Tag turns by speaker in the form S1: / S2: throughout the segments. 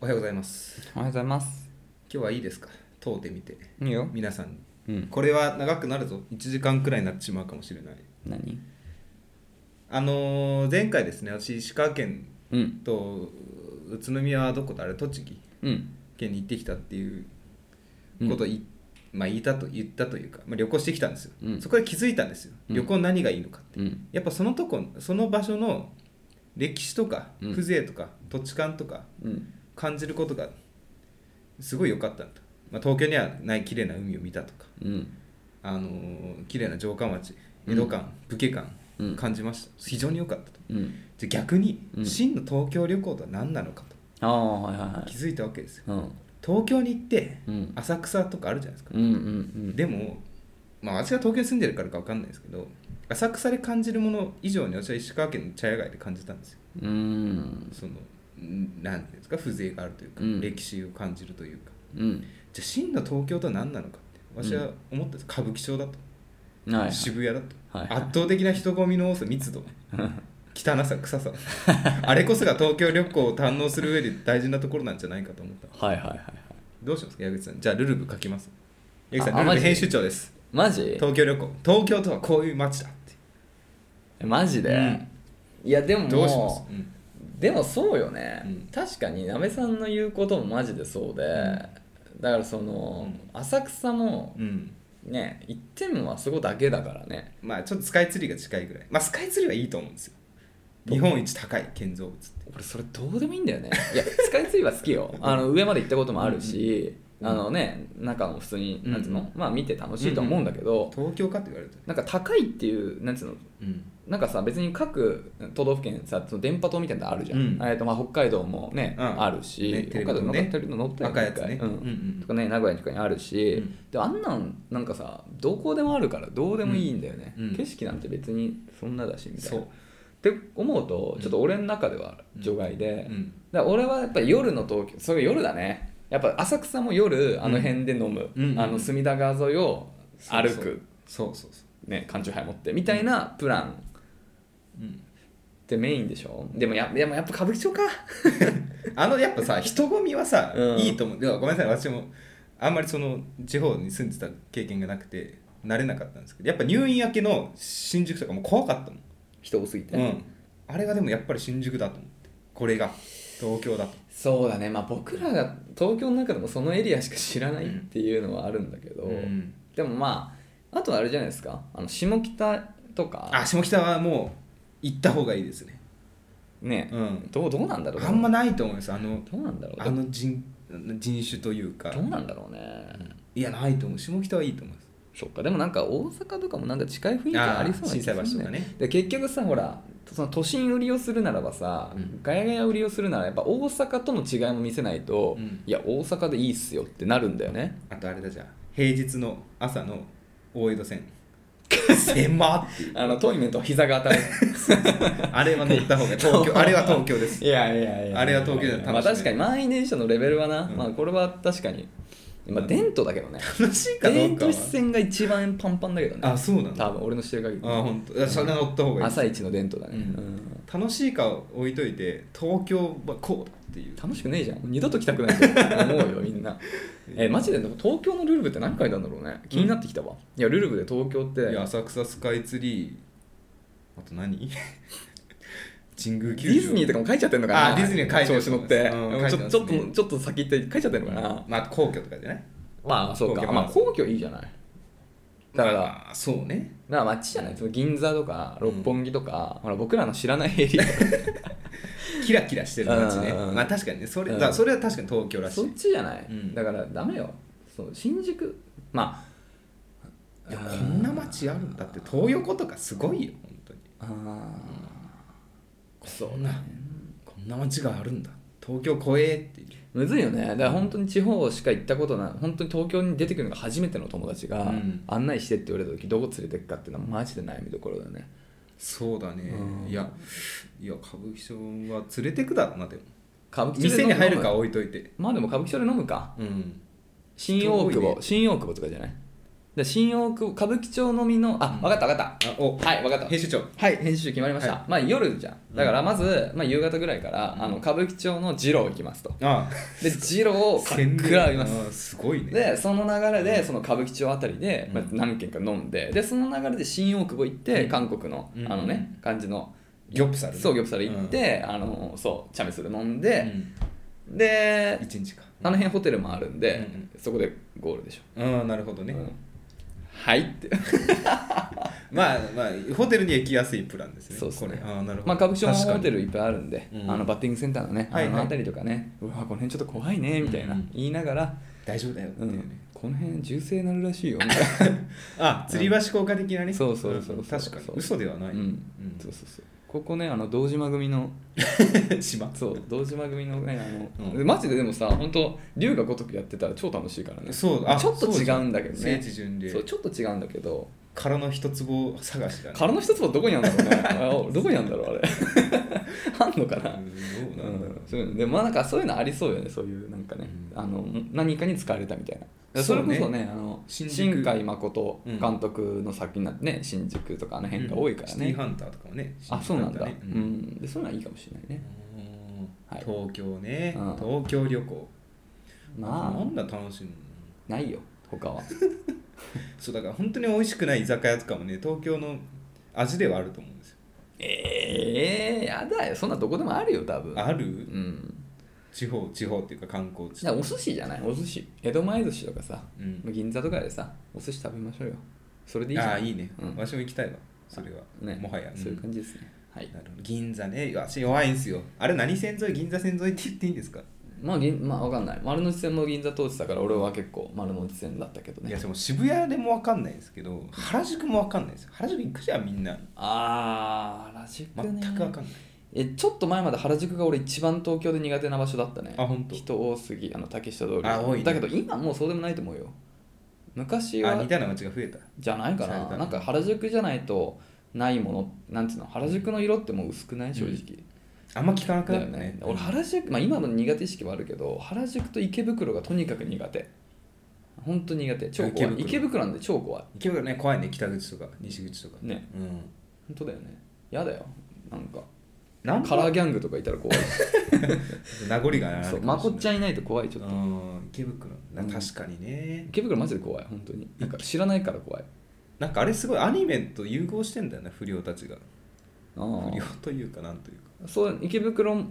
S1: おはようございます
S2: おはようございます。
S1: 今日はいいですか問うてみて
S2: いいよ。
S1: 皆さん
S2: うん。
S1: これは長くなるぞ1時間くらいになってしまうかもしれない
S2: 何
S1: あのー前回ですね私石川県
S2: うん。
S1: と宇都宮はどこだあれ栃木
S2: うん。
S1: 県に行ってきたっていうことをい、まあ、言ったと言ったというか、まあ、旅行してきたんですよ、
S2: うん
S1: そこで気づいたんですよ
S2: うん
S1: 旅行何がいいのかって、
S2: うん。
S1: やっぱそのとこその場所の歴史とか
S2: うん
S1: 風情とか土地勘とか
S2: うん。
S1: 感じることがすごい良かったんだ、まあ、東京にはない綺麗な海を見たとか、
S2: うん。
S1: あのー綺麗な城下町
S2: うん
S1: 江戸間、武家感
S2: うん
S1: 感じました、非常に良かったと
S2: うん。
S1: じゃあ逆に、
S2: うん
S1: 真の東京旅行とは何なのかと
S2: ああ、はいはいはい
S1: 気。づいたわけですよ
S2: うん。
S1: 東京に行って
S2: うん。
S1: 浅草とかあるじゃないですか、
S2: うんうん
S1: でもまあ私が東京に住んでるからか分かんないですけど浅草で感じるもの以上に私は石川県の茶屋街で感じたんですよ
S2: うん。うん。
S1: そのんなんていうんですか風情があるというか、
S2: うん
S1: 歴史を感じるというか
S2: うん。
S1: じゃあ真の東京とは何なのかって私は思ったんです歌舞伎町だと、
S2: はい。
S1: 渋谷だと、
S2: はい
S1: 圧倒的な人混みの多さ密度汚さ臭さ あれこそが東京旅行を堪能する上で大事なところなんじゃないかと思った
S2: はいはいはいはい。
S1: どうしますか矢口さんじゃあルルブ書きます矢口さん
S2: あ
S1: ルル
S2: マ
S1: ブ
S2: ジ
S1: 編集長です
S2: マジ
S1: 東京旅行東京とはこういう街だって
S2: えマジで、
S1: うん
S2: いや、でも、
S1: どうします、うん
S2: でもそうよね、
S1: うん
S2: 確かに鍋さんの言うこともマジでそうで、だからその、
S1: うん
S2: 浅草も
S1: うん
S2: ね行ってもあそこだけだからね
S1: まあちょっとスカイツリーが近いぐらいまあスカイツリーはいいと思うんですよ日本一高い建造物って
S2: 俺それどうでもいいんだよねいやスカイツリーは好 きよあの上まで行ったこともあるし、
S1: うん
S2: あのね中も普通になんつうの、
S1: うん
S2: まあ見て楽しいとは思うんだけど、
S1: 東京かって言われると
S2: なんか高いっていうなんつうの
S1: うん
S2: なんかさ別に各都道府県さその電波塔みたいなのあるじゃん、
S1: うん
S2: えーとまあ、北海道もね、
S1: うん
S2: あるし、
S1: ねテ
S2: 北
S1: レビ
S2: 海道
S1: の
S2: の
S1: ね
S2: テレビの乗ったよ
S1: 赤いやつね
S2: 一回
S1: うん
S2: う
S1: うんん
S2: とかね名古屋とかにあるし、
S1: うん
S2: であんなんなんかさどこでもあるからどうでもいいんだよね、
S1: うんうん
S2: 景色なんて別にそんなだしみたいな
S1: そう
S2: って思うとちょっと俺の中では除外で、
S1: うん
S2: だから俺はやっぱり夜の東京それ夜だねやっぱ浅草も夜あの辺で飲む、
S1: うんうん
S2: あの隅田川沿いを歩く、
S1: そうそうそう、
S2: ね缶チューハイ持ってみたいなプラン
S1: うん、
S2: ってメインでしょでもやでもやっぱ歌舞伎町か
S1: あのやっぱ さ人混みはさ、
S2: うん
S1: いいと思うでもごめんなさい私もあんまりその地方に住んでた経験がなくて慣れなかったんですけどやっぱ入院明けの新宿とかもう怖かったもん、
S2: 人多すぎて、
S1: うん、あれがでもやっぱり新宿だと思ってこれが東京だと
S2: そうだねまあ僕らが東京の中でもそのエリアしか知らないっていうのはあるんだけど、
S1: うん
S2: でもまああとはあれじゃないですかあの下北とか
S1: あ下北はもう行った方がいいですね
S2: ね、
S1: うん
S2: どうどうなんだろう
S1: あんまないと思いますあの
S2: どうなんだろう
S1: あの人人種というか
S2: どうなんだろうね、
S1: いやないと思う下北はいいと思います
S2: そっかでもなんか大阪とかもなんか近い雰囲気ありそうな気が
S1: あー
S2: す
S1: 心斎橋
S2: る
S1: とかね
S2: で結局さほらその都心売りをするならばさ、
S1: うん
S2: ガヤガヤ売りをするならやっぱ大阪との違いも見せないと、
S1: うん
S2: いや大阪でいいっすよってなるんだよね
S1: あとあれだじゃあ平日の朝の大江戸線狭っていう
S2: あのトイメントは膝が当たる
S1: あれは乗った方が東京あれは東京です
S2: いやいやいや
S1: あれは東京じゃ楽しめない
S2: まあ、確かに満員電車のレベルはな、
S1: うん
S2: まあこれは確かにまあ電灯だけどね
S1: 楽しいかど
S2: 電
S1: うか
S2: 灯
S1: は
S2: 視線が一番パンパンだけどね
S1: あそうなんだ
S2: 多
S1: あ
S2: 分俺の知ってる限り
S1: 本当それは乗った方がいい
S2: 朝一の電灯だね、
S1: うん
S2: うん
S1: 楽しいかを置いといて東京はこうだっていう
S2: 楽しくねえじゃん二度と来たくないと思うよみ んなえマジででも東京のルルブって何回なんだろうね気になってきたわ、いやルルブで東京って
S1: いや浅草スカイツリーあと何 神宮
S2: デ
S1: 球場
S2: ィズニーとかも書いちゃってんのかな
S1: あディズニーは書いてる
S2: 調子乗って、
S1: うん書
S2: ち
S1: いて
S2: ょ
S1: ます
S2: ちょ
S1: ね
S2: っとちょっと先行って書いちゃってんのかな、
S1: まあ皇居とかじゃない
S2: まあそう
S1: 皇
S2: か
S1: 居
S2: まあ皇居いいじゃないだから、だか
S1: まあそうね
S2: ら街じゃないその銀座とか六本木とか、ほら僕らの知らないエリア
S1: キラキラしてる街ね
S2: うん
S1: まあ確かにねそれ
S2: うん
S1: だからそれは確かに東京らし
S2: そっ
S1: い
S2: ちじゃない、
S1: うん
S2: だからダメよそう新宿まあ
S1: いやこんな街あるんだって東横とかすごいよ本当に
S2: あー
S1: こんなこんな街があるんだ東京越えっていう
S2: むずいよねだから本当に地方しか行ったことない本当に東京に出てくるのが初めての友達が
S1: うん
S2: 案内してって言われた時どこ連れてくかっていうのはマジで悩みどころだよね
S1: そうだね
S2: うん
S1: いやいや歌舞伎町は連れてくだろうなでも
S2: 歌舞伎町で
S1: 店
S2: 飲む
S1: に入るかは置いといて
S2: まあでも歌舞伎町で飲むか
S1: うん
S2: 新
S1: 人多
S2: 大久
S1: い
S2: 保、
S1: ね
S2: 新大久保とかじゃないで新大久保歌舞伎町のみのあ分かった分かっ
S1: あお
S2: たはい分かった
S1: 編集長
S2: はい編集決まりました、
S1: は
S2: まあ夜じゃんだからまず、まあ、夕方ぐらいから、
S1: うん
S2: あの歌舞伎町の二郎行きますと
S1: あ
S2: で二郎をかっ
S1: 宣伝
S2: くらいます
S1: あすごいね
S2: でその流れでその歌舞伎町あたりで、まあ、何軒か飲んででその流れで新大久保行って、
S1: うん
S2: 韓国の
S1: うん
S2: あのね感じの
S1: ギョプサルね
S2: そうギョプサル行って、あのそうチャミスル飲んで、
S1: う
S2: で
S1: ん一日か
S2: あの辺ホテルもあるんで、そこでゴールでしょ、
S1: うんなるほどね、
S2: うんはいって
S1: まあまあホテルに行きやすいプランですね
S2: そうですね
S1: これああなるほど
S2: まあ歌舞伎町も
S1: 確かに
S2: ホテルいっぱいあるんで、
S1: うん
S2: あのバッティングセンターのね、
S1: はいはい
S2: あの辺りとかねうわこの辺ちょっと怖いねみたいな、
S1: うん
S2: 言いながら、
S1: 大丈夫だよって
S2: う
S1: い
S2: ん
S1: うね、
S2: この辺銃声なるらしいよみたいな、
S1: あ吊り橋効果的なね、
S2: うんそうそうそうそうん
S1: 確かに嘘ではない、
S2: うん
S1: うん
S2: そうそうそうここねあの堂島組の
S1: 島
S2: そう堂島組のねあの、
S1: うん
S2: マジででもさ本当龍が如くやってたら超楽しいからね
S1: そうあ
S2: ちょっと違うんだけど
S1: そうじゃ
S2: ね
S1: ん聖地巡礼
S2: そうちょっと違うんだけど
S1: 殻の一坪探しだね
S2: 殻の一つはどこにあるんだろう ねあどこにあるんだろうあれあんのかな、
S1: うんどうなんだろう
S2: そういうのでもまあなんかそういうのありそうよねそういうなんかね、
S1: うん
S2: あの何かに使われたみたいな
S1: そ
S2: そうれ
S1: ね
S2: こそねあの
S1: 新
S2: 新
S1: 宿
S2: 海誠
S1: うん
S2: 監督の作品なんてね新宿とかあの辺が多いから
S1: シティ
S2: ね、
S1: ハンターとかもね
S2: あそうなんだ、
S1: 新宿
S2: う
S1: ねうん
S2: んでそういうのはいいかもしれないねはい
S1: 東京ね
S2: うん
S1: 東京旅行な
S2: ま
S1: んだ楽しいの
S2: あないよ他は
S1: そうだから本当に美味しくない居酒屋とかもね東京の味ではあると思うんですよ
S2: ええー、やだよそんなどこでもあるよ多分
S1: あ
S2: う
S1: る
S2: ん
S1: 地方地方っていうか観光地
S2: じゃあお寿司じゃないお寿司江戸前寿司とかさ、
S1: うん
S2: 銀座とかでさお寿司食べましょうよそれでいいじゃん
S1: ああいいね
S2: うん
S1: わしも行きたいわそれ
S2: ね
S1: は、もはや
S2: そういう
S1: じ
S2: 感じですね、はい
S1: 銀座ねわし弱いんすよあれ何線沿い銀座線沿いって言っていいんですか
S2: まあ、銀まあ、わかんない。丸の内線も銀座通ってたから、俺は結構丸の内線だったけど
S1: いや
S2: ね。
S1: でも渋谷でも分かんないんですけど原宿も分かんないですよ原宿行くじゃんみんな
S2: あー、原宿
S1: 全
S2: ね。
S1: く分かんない
S2: え、ちょっと前まで原宿が俺一番東京で苦手な場所だったね。
S1: あほんと
S2: 人多すぎ、あの、竹下通り。
S1: あ多いね
S2: だけど、今もうそうでもないと思うよ。昔
S1: あ
S2: は
S1: 似、たような街が増えた
S2: じゃないか
S1: され
S2: な
S1: た。ね
S2: なんか原宿じゃないと、ないもの、なんていうの、原宿の色ってもう薄くない正直。
S1: あんま聞かなくな
S2: だ
S1: る
S2: よ
S1: よね
S2: ね。俺、原宿、まあ今の苦手意識はあるけど、原宿と池袋がとにかく苦手。本当苦手。超怖い。
S1: 池袋
S2: 池袋なんで超怖い。
S1: 池袋ね怖いね北口とか西口とか
S2: ね
S1: うん
S2: 本当だよねやだよなんか
S1: なん
S2: カラーギャングとかいたら怖いし
S1: 名残が ある
S2: そうまこっちゃんいないと怖いちょっと
S1: うん池袋な
S2: うん
S1: 確かにね
S2: 池袋マジで怖い本当になんか知らないから怖い
S1: なんかあれすごいアニメと融合してんだよね不良たちが
S2: あ
S1: 不良
S2: あ
S1: というかなんというか
S2: そう池袋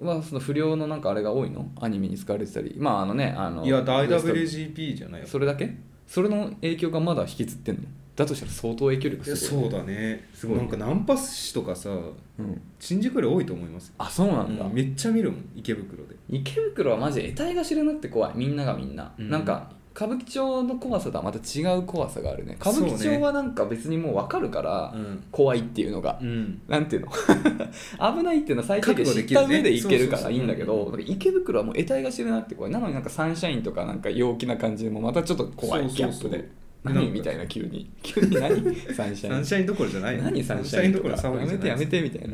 S2: はその不良のなんかあれが多いのアニメに使われてたりまああのねあの
S1: いや
S2: ウエス
S1: WGP じゃないよ
S2: トそれだけそれの影響がまだ引きずってんのだとしたら相当影響力
S1: いや
S2: すご
S1: そ
S2: い
S1: うだね
S2: すごい
S1: なんかナンパ師とかさ
S2: うん、
S1: 新宿より多いと思いますよ
S2: あそうなんだ、
S1: うんめっちゃ見るもん池袋で
S2: 池袋はマジ得体が知れなくて怖いみんながみんな、
S1: うん
S2: なんか歌舞伎町の怖さとはまた違う怖さがあるね歌
S1: そう
S2: 舞
S1: ね
S2: 伎町はなんか別にもう分かるから
S1: ん
S2: 怖いっていうのが、
S1: うん
S2: なんていうの 危ないっていうのは最低限
S1: 覚悟
S2: 知
S1: で
S2: っ
S1: きる
S2: た
S1: ね
S2: 上でい
S1: そ
S2: けるか
S1: うそうそ
S2: ら
S1: う
S2: いいんだけ
S1: うん
S2: どなんか池袋はもう得体が知れなくて怖いなのになんかサンシャインとかなんか陽気な感じもまたちょっと怖
S1: そ
S2: い
S1: うそうそう
S2: ギャップで
S1: でなん
S2: 何
S1: か
S2: みたいな急に急に 何サンシ
S1: サ
S2: ャイ
S1: ン
S2: ン
S1: シャインどころじゃないよ
S2: 何サンシャイン
S1: サ
S2: と
S1: どこ
S2: か
S1: ろ騒ぎ
S2: や
S1: じゃ
S2: め
S1: な
S2: て
S1: い
S2: やめてみたい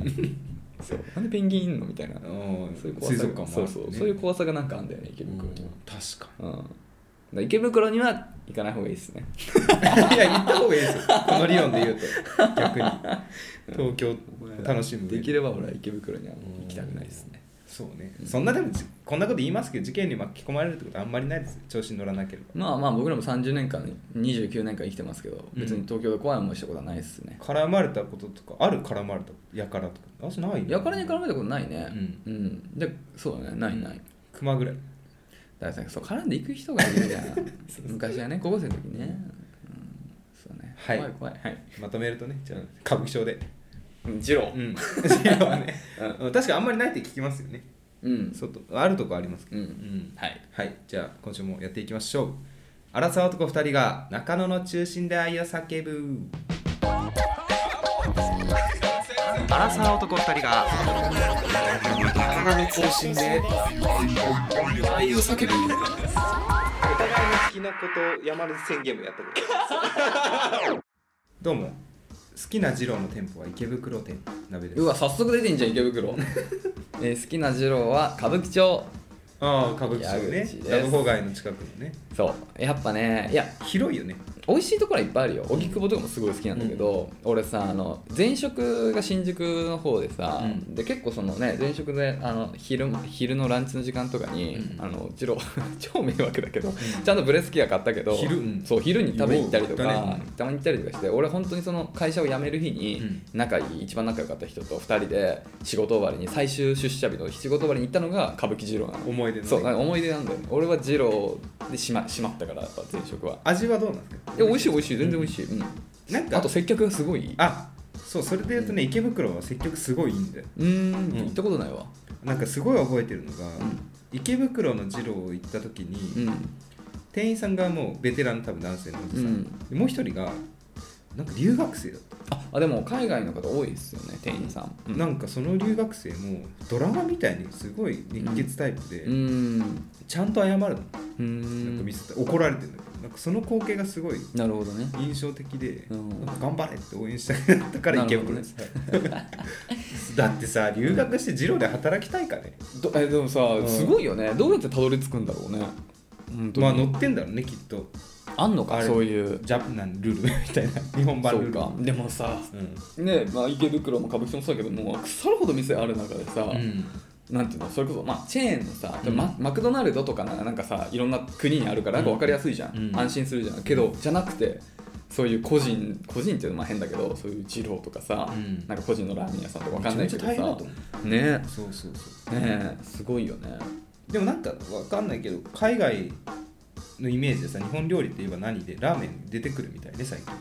S2: なそうなんでペンギンいんのみたいな
S1: うん
S2: そういう怖
S1: 水
S2: さ
S1: 族
S2: が
S1: 館もあ
S2: そ
S1: る
S2: う
S1: ね
S2: そうそういう怖さがなんかあんだよね池
S1: うん
S2: 袋には
S1: 確か
S2: うんだから池袋には行かない方がいいですね
S1: にいや行った方がいいですよこの理論で言うと逆に東京を楽しむ上
S2: できれば俺は池袋にはもう行きたくないですね
S1: そうねそんなでもじこんなこと言いますけど事件に巻き込まれるってことあんまりないですよ調子に乗らなければ
S2: まあまあ僕らも30年間29年間生きてますけど
S1: うん
S2: 別に東京で怖い思いしたことはないですね、
S1: 絡まれたこととかある絡まれたことやからとか私ないよ
S2: やからに絡めたことないね
S1: う
S2: うん、でそうだねないない、
S1: 熊ぐらい
S2: だからさそう絡んでいく人がいる じゃん昔はね高校生の時ね、うん、そうね、
S1: はい
S2: 怖い怖いはい
S1: まとめるとねじゃあ歌舞伎町で
S2: ジロ
S1: うん 違うわねうん確かにあんまりないって聞きますよね
S2: うん
S1: 外あるとこありますけ
S2: う
S1: ど
S2: ん、
S1: うん
S2: はい
S1: はい、じゃあ今週もやっていきましょう。荒沢男2人が中野の中心で愛を叫ぶ。荒沢男2人が中野の中心で愛を叫ぶ。お互いの好きなことを山根宣言もやったこと どうも、好きな二郎の店舗は池袋店鍋です。
S2: うわ早速出てんじゃん池袋えー好きな二郎は歌舞伎町
S1: ああ歌舞伎町ね
S2: 矢口です
S1: ラブホ街の近くのね
S2: そうやっぱねいや
S1: 広いよね
S2: 美味しいところはいっぱいあるよ荻窪とかもすごい好きなんだけど、俺さあの前職が新宿の方でさ、
S1: うん
S2: で結構そのね前職であの昼昼のランチの時間とかに、
S1: うん
S2: あのうちの 超迷惑だけど、ちゃんとブレスキア買ったけど
S1: 昼うん
S2: そう昼に食べに行ったりとか、
S1: よう買ったね
S2: たまに行ったりとかして俺本当にその会社を辞める日に
S1: うん
S2: 仲いい一番仲良かった人と2人で仕事終わりに最終出社日の仕事終わりに行ったのが歌舞伎二郎なの。
S1: 思い出のね
S2: そうなんか思い出なんだよね俺は二郎でしましまったからやっぱ前職は
S1: 味はどうなんですか
S2: いや美味しい美味しい全然美味しい、うん
S1: なんか
S2: あと接客がすごい
S1: あそうそれで言うとね池袋は接客すごいいいんだよ
S2: うーん
S1: うん
S2: 行ったことないわ
S1: なんかすごい覚えてるのが、
S2: ん
S1: 池袋の二郎行った時に、
S2: うん
S1: 店員さんがもうベテランの多分男性のおじさん、
S2: うん
S1: でもう一人がなんか留学生だった、
S2: ああでも海外の方多いですよね店員さんうん
S1: なんかその留学生もドラマみたいにすごい熱血タイプで、
S2: うーん
S1: ちゃんと謝るの、
S2: うー
S1: なんか見
S2: ん
S1: せた怒られてるんだけどなんかその光景がすごい
S2: なるほどね
S1: 印象的で、
S2: うん
S1: なんか頑張れって応援したくなったから池袋です、だってさ留学して二郎で働きたいかね、
S2: どえでもさ、
S1: ん
S2: すごいよねどうやってたどり着くんだろうね本当に
S1: まあ乗ってんだろうねきっと
S2: あんの
S1: あ
S2: か
S1: れ
S2: そういう
S1: ジャパンルールみたいな日本版
S2: そ
S1: ルー
S2: う
S1: ル
S2: かでもさ
S1: うん
S2: ねまあ、池袋も歌舞伎町もそうだけどもう腐るほど店ある中でさ、なんていうのそれこそ、まあ、チェーンのさ、
S1: うん
S2: ママクドナルドとかななんかさいろんな国にあるからなんか分かりやすいじゃん、
S1: うん
S2: 安心するじゃんけどじゃなくてそういう個人個人っていうのは変だけどそういう二郎とかさ、
S1: うん
S2: なんか個人のラーメン屋さんとか分かんな
S1: め
S2: い
S1: ち
S2: け
S1: ゃめち
S2: ど
S1: ゃ大変だ
S2: さ
S1: と思
S2: ね
S1: うそうそうそ
S2: ねすごいよね
S1: うでもなんかわかんないけど海外のイメージでさ日本料理って言えば何でラーメン出てくるみたいね最近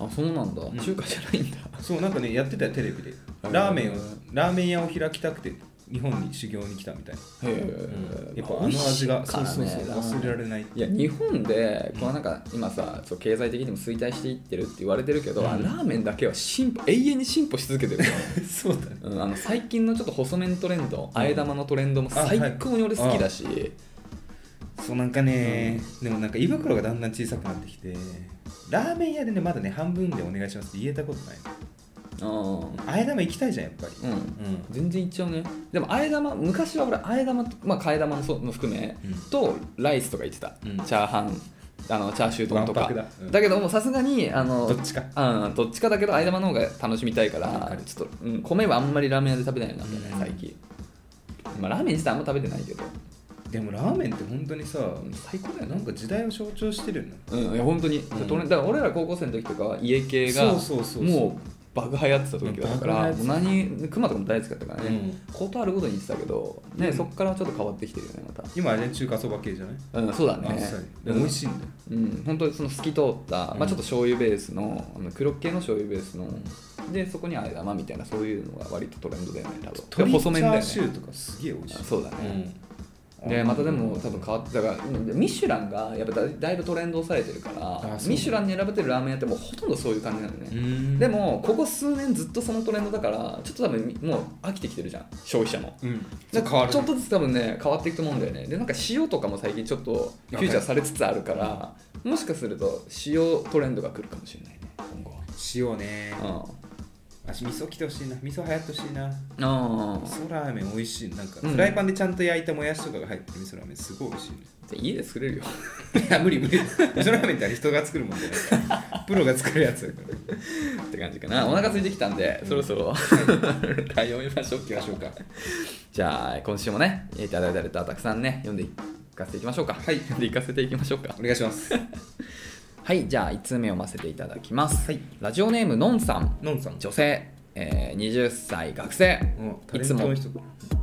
S1: は
S2: あそうなんだ、
S1: ん
S2: 中華じゃないんだ
S1: そうなんかねやってたよテレビで
S2: はい
S1: ラーメンをラーメン屋を開きたくて日本に修行に来たみたいな、
S2: へえ、
S1: やっぱあの味が、
S2: 美味しい
S1: そう
S2: からね
S1: そうそう
S2: ラーメン
S1: 忘れられ ない
S2: いや日本でこうなんか今さそう経済的にも衰退していってるって言われてるけど、
S1: うん
S2: あラーメンだけは進歩永遠に進歩し続けてるよ
S1: そうだね
S2: うん、あの最近のちょっと細麺トレンド、
S1: うん
S2: あえ玉のトレンドも最高に俺好きだし、
S1: そうなんかね、でもなんか胃袋がだんだん小さくなってきてラーメン屋でねまだね半分でお願いしますって言えたことない
S2: うん
S1: あえ玉行きたいじゃんやっぱり
S2: うん、
S1: うん
S2: 全然いっちゃうねでもあえ玉昔は俺あえ玉と、まあ、替え玉もそうも含め
S1: うん
S2: とライスとか言ってた、
S1: うん
S2: チャーハンあのチャーシュー丼と
S1: わんぱく
S2: か
S1: だうん
S2: けどもうさすがにあの
S1: どっちか
S2: うん、どっちかだけどあえ玉の方が楽しみたいか
S1: わからる
S2: ちょっと、うん、米はあんまりラーメン屋で食べないようになったね
S1: うん
S2: 最近、まあ、ラーメン自体あんま食べてないけど
S1: でもラーメンって本当にさ
S2: 最高だよね
S1: なんか時代を象徴してるよね
S2: うん、いや本当に、
S1: ん
S2: トレンだから俺ら高校生の時とかは家系が
S1: そうそうそうそう
S2: もう爆流行ってた時だか
S1: う
S2: ら
S1: ん
S2: もう何熊とかも大好きだったからね、
S1: うん
S2: ことあるごとに言ってたけど、ね
S1: うん
S2: そこからちょっと変わってきてるよねま
S1: 今あれね中華そば系じゃない
S2: た、うん、そうだね
S1: あっさりでも美味
S2: い、
S1: しいんだよ
S2: うん、本当にその透き通った、
S1: うん
S2: まあ、ちょっと醤油ベースのあの黒系の醤油ベースのでそこにあえ玉みたいなそういうのが割とトレンドだよね多分で
S1: 鶏
S2: 細
S1: チ
S2: 麺
S1: ャ
S2: だよ
S1: ーシュ
S2: ね
S1: ーとかすげえ美味し
S2: あ
S1: い
S2: そうだね、
S1: うん
S2: でまたでも多分変わってだからミシュランがやっぱだだいぶトレンドされてるから
S1: あそう
S2: ミシュランに選ばれてるラーメン屋ってもうほとんどそういう感じなの
S1: う
S2: ね、
S1: ん
S2: でもここ数年ずっとそのトレンドだからちょっと多分もう飽きてきてるじゃん消費者も
S1: うん
S2: だから
S1: 変わる
S2: ちょっとずつ多分ね変わっていくと思うんだよねでなんか塩とかも最近ちょっとフューチャーされつつあるからもしかすると塩トレンドが来るかもしれないね今後
S1: 塩ね
S2: は
S1: あし味噌来てほしいな味噌流行ってほしいな
S2: うんあ
S1: 味噌ラーメン美味しいなんか
S2: うん
S1: フライパンでちゃんと焼いたもやしとかが入ってる味噌ラーメンすごい美味しいね
S2: あ家で作れるよ
S1: いや無理無 理味噌ラーメンってあれ人が作るもんじゃ ないからプロが作るやつだから
S2: って感じかなお腹空いてきたんで、
S1: うん
S2: そろそ ろ対応見ましょう
S1: 行きましょうか
S2: じゃあ今週もねいただいたレターたくさんね読んでいかせていきましょうかはい読んでいかせていきましょうか
S1: お願いします
S2: はいじゃあ1通目読ませていただきます、
S1: はい
S2: ラジオネームのんさん
S1: のんさん
S2: 女性、えー、20歳学生
S1: うんタレ
S2: い
S1: ン
S2: つ
S1: ト
S2: も
S1: の人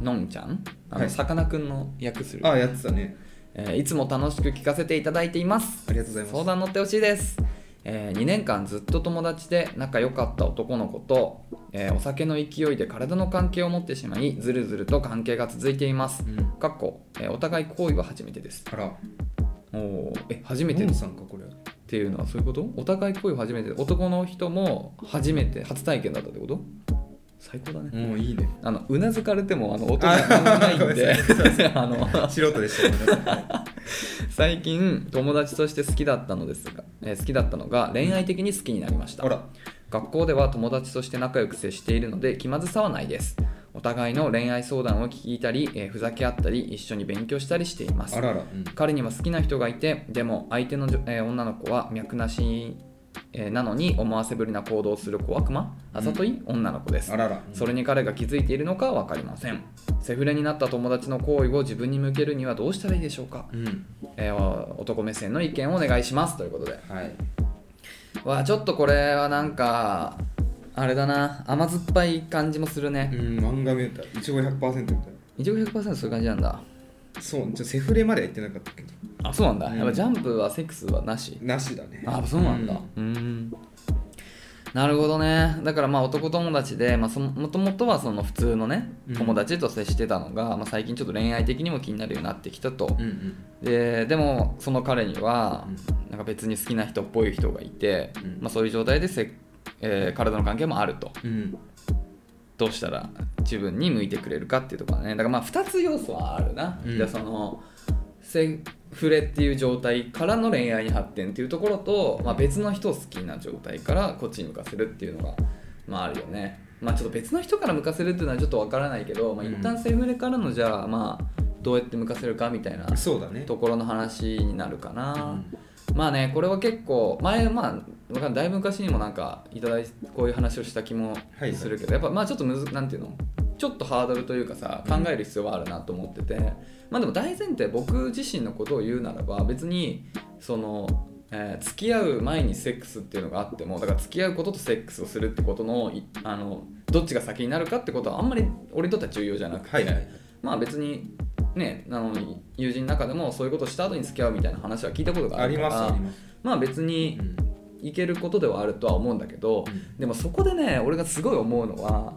S2: のんちゃんあ
S1: は
S2: の
S1: い
S2: さかなクンの役する、
S1: あやってたね
S2: えーいつも楽しく聞かせていただいています
S1: ありがとうございます
S2: 相談乗ってほしいです、えー2年間ずっと友達で仲良かった男の子と、えーお酒の勢いで体の関係を持ってしまいずるずると関係が続いています
S1: うん
S2: かっこ、えーお互い行為は初めてです
S1: あら
S2: おーえ初めて
S1: の
S2: っ
S1: んさんかこれ
S2: ていうのはそういうことお互い行為は初めて男の人も初めて初体験だったってこと最高だね、
S1: もういいね
S2: あのうなずかれてもあの音が鳴らないん
S1: あごめん
S2: で
S1: な
S2: あの
S1: 素人でしたごめんなさい
S2: 最近友達として好きだったのですが、えー好きだったのが恋愛的に好きになりました
S1: あら
S2: 学校では友達として仲良く接しているので気まずさはないですお互いの恋愛相談を聞いたり、えーふざけ合ったり一緒に勉強したりしています
S1: あらら、うん
S2: 彼には好きな人がいてでも相手の女、えー女の子は脈なし、えーなのに思わせぶりな行動をする小悪魔あざとい女の子です
S1: あらら、
S2: それに彼が気づいているのかは分かりませんセフレになった友達の行為を自分に向けるにはどうしたらいいでしょうか、
S1: うん、
S2: えー男目線の意見をお願いしますということで
S1: はい、
S2: わあちょっとこれはなんかあれだな甘酸っぱい感じもする
S1: う
S2: ね
S1: ん、漫画見たいちご100%みたい
S2: 一応100%そういう感じなんだ
S1: なそうじゃセフレまでは言ってなかったけど
S2: あそうなんだ、
S1: うん
S2: やっぱジャンプはセックスはなし
S1: なしだね
S2: あそうなんだうんなるほどねだからまあ男友達で、まあ、そのもともとはその普通のね
S1: うん
S2: 友達と接してたのが、まあ、最近ちょっと恋愛的にも気になるようになってきたと
S1: うんうん
S2: ででもその彼には
S1: う
S2: なんか別に好きな人っぽい人がいて、
S1: うん
S2: まあ、そういう状態でせ、えー体の関係もあると
S1: うん
S2: どうしたら自分に向いてくれるかっていうところだねだからまあ2つ要素はあるな、
S1: うん
S2: じゃあそのセフレっていう状態からの恋愛に発展っていうところと、まあ、別の人を好きな状態からこっちに向かせるっていうのが、まあ、あるよねまあちょっと別の人から向かせるっていうのはちょっとわからないけど、まあ、
S1: うん
S2: 一旦セフレからのじゃあまあどうやって向かせるかみたいな
S1: そうだね
S2: ところの話になるかな、
S1: うん
S2: まあねこれは結構前まあわかんないだいぶ昔にもなんかいただいこういう話をした気も
S1: はい
S2: するけど、やっぱまあちょっとむずなんていうのちょっとハードルというかさ考える必要はあるなと思ってて、まあでも大前提僕自身のことを言うならば別にその、えー付き合う前にセックスっていうのがあってもだから付き合うこととセックスをするってことのいあのどっちが先になるかってことはあんまり俺にとっては重要じゃなくて、
S1: はいはい
S2: まあ別にねあの友人の中でもそういうことした後に付き合うみたいな話は聞いたことが
S1: あ
S2: ある
S1: り
S2: か
S1: ます
S2: ら
S1: あります
S2: まあ別に
S1: うん
S2: いけることではあるとは思うんだけど、
S1: うん
S2: でもそこでね俺がすごい思うのは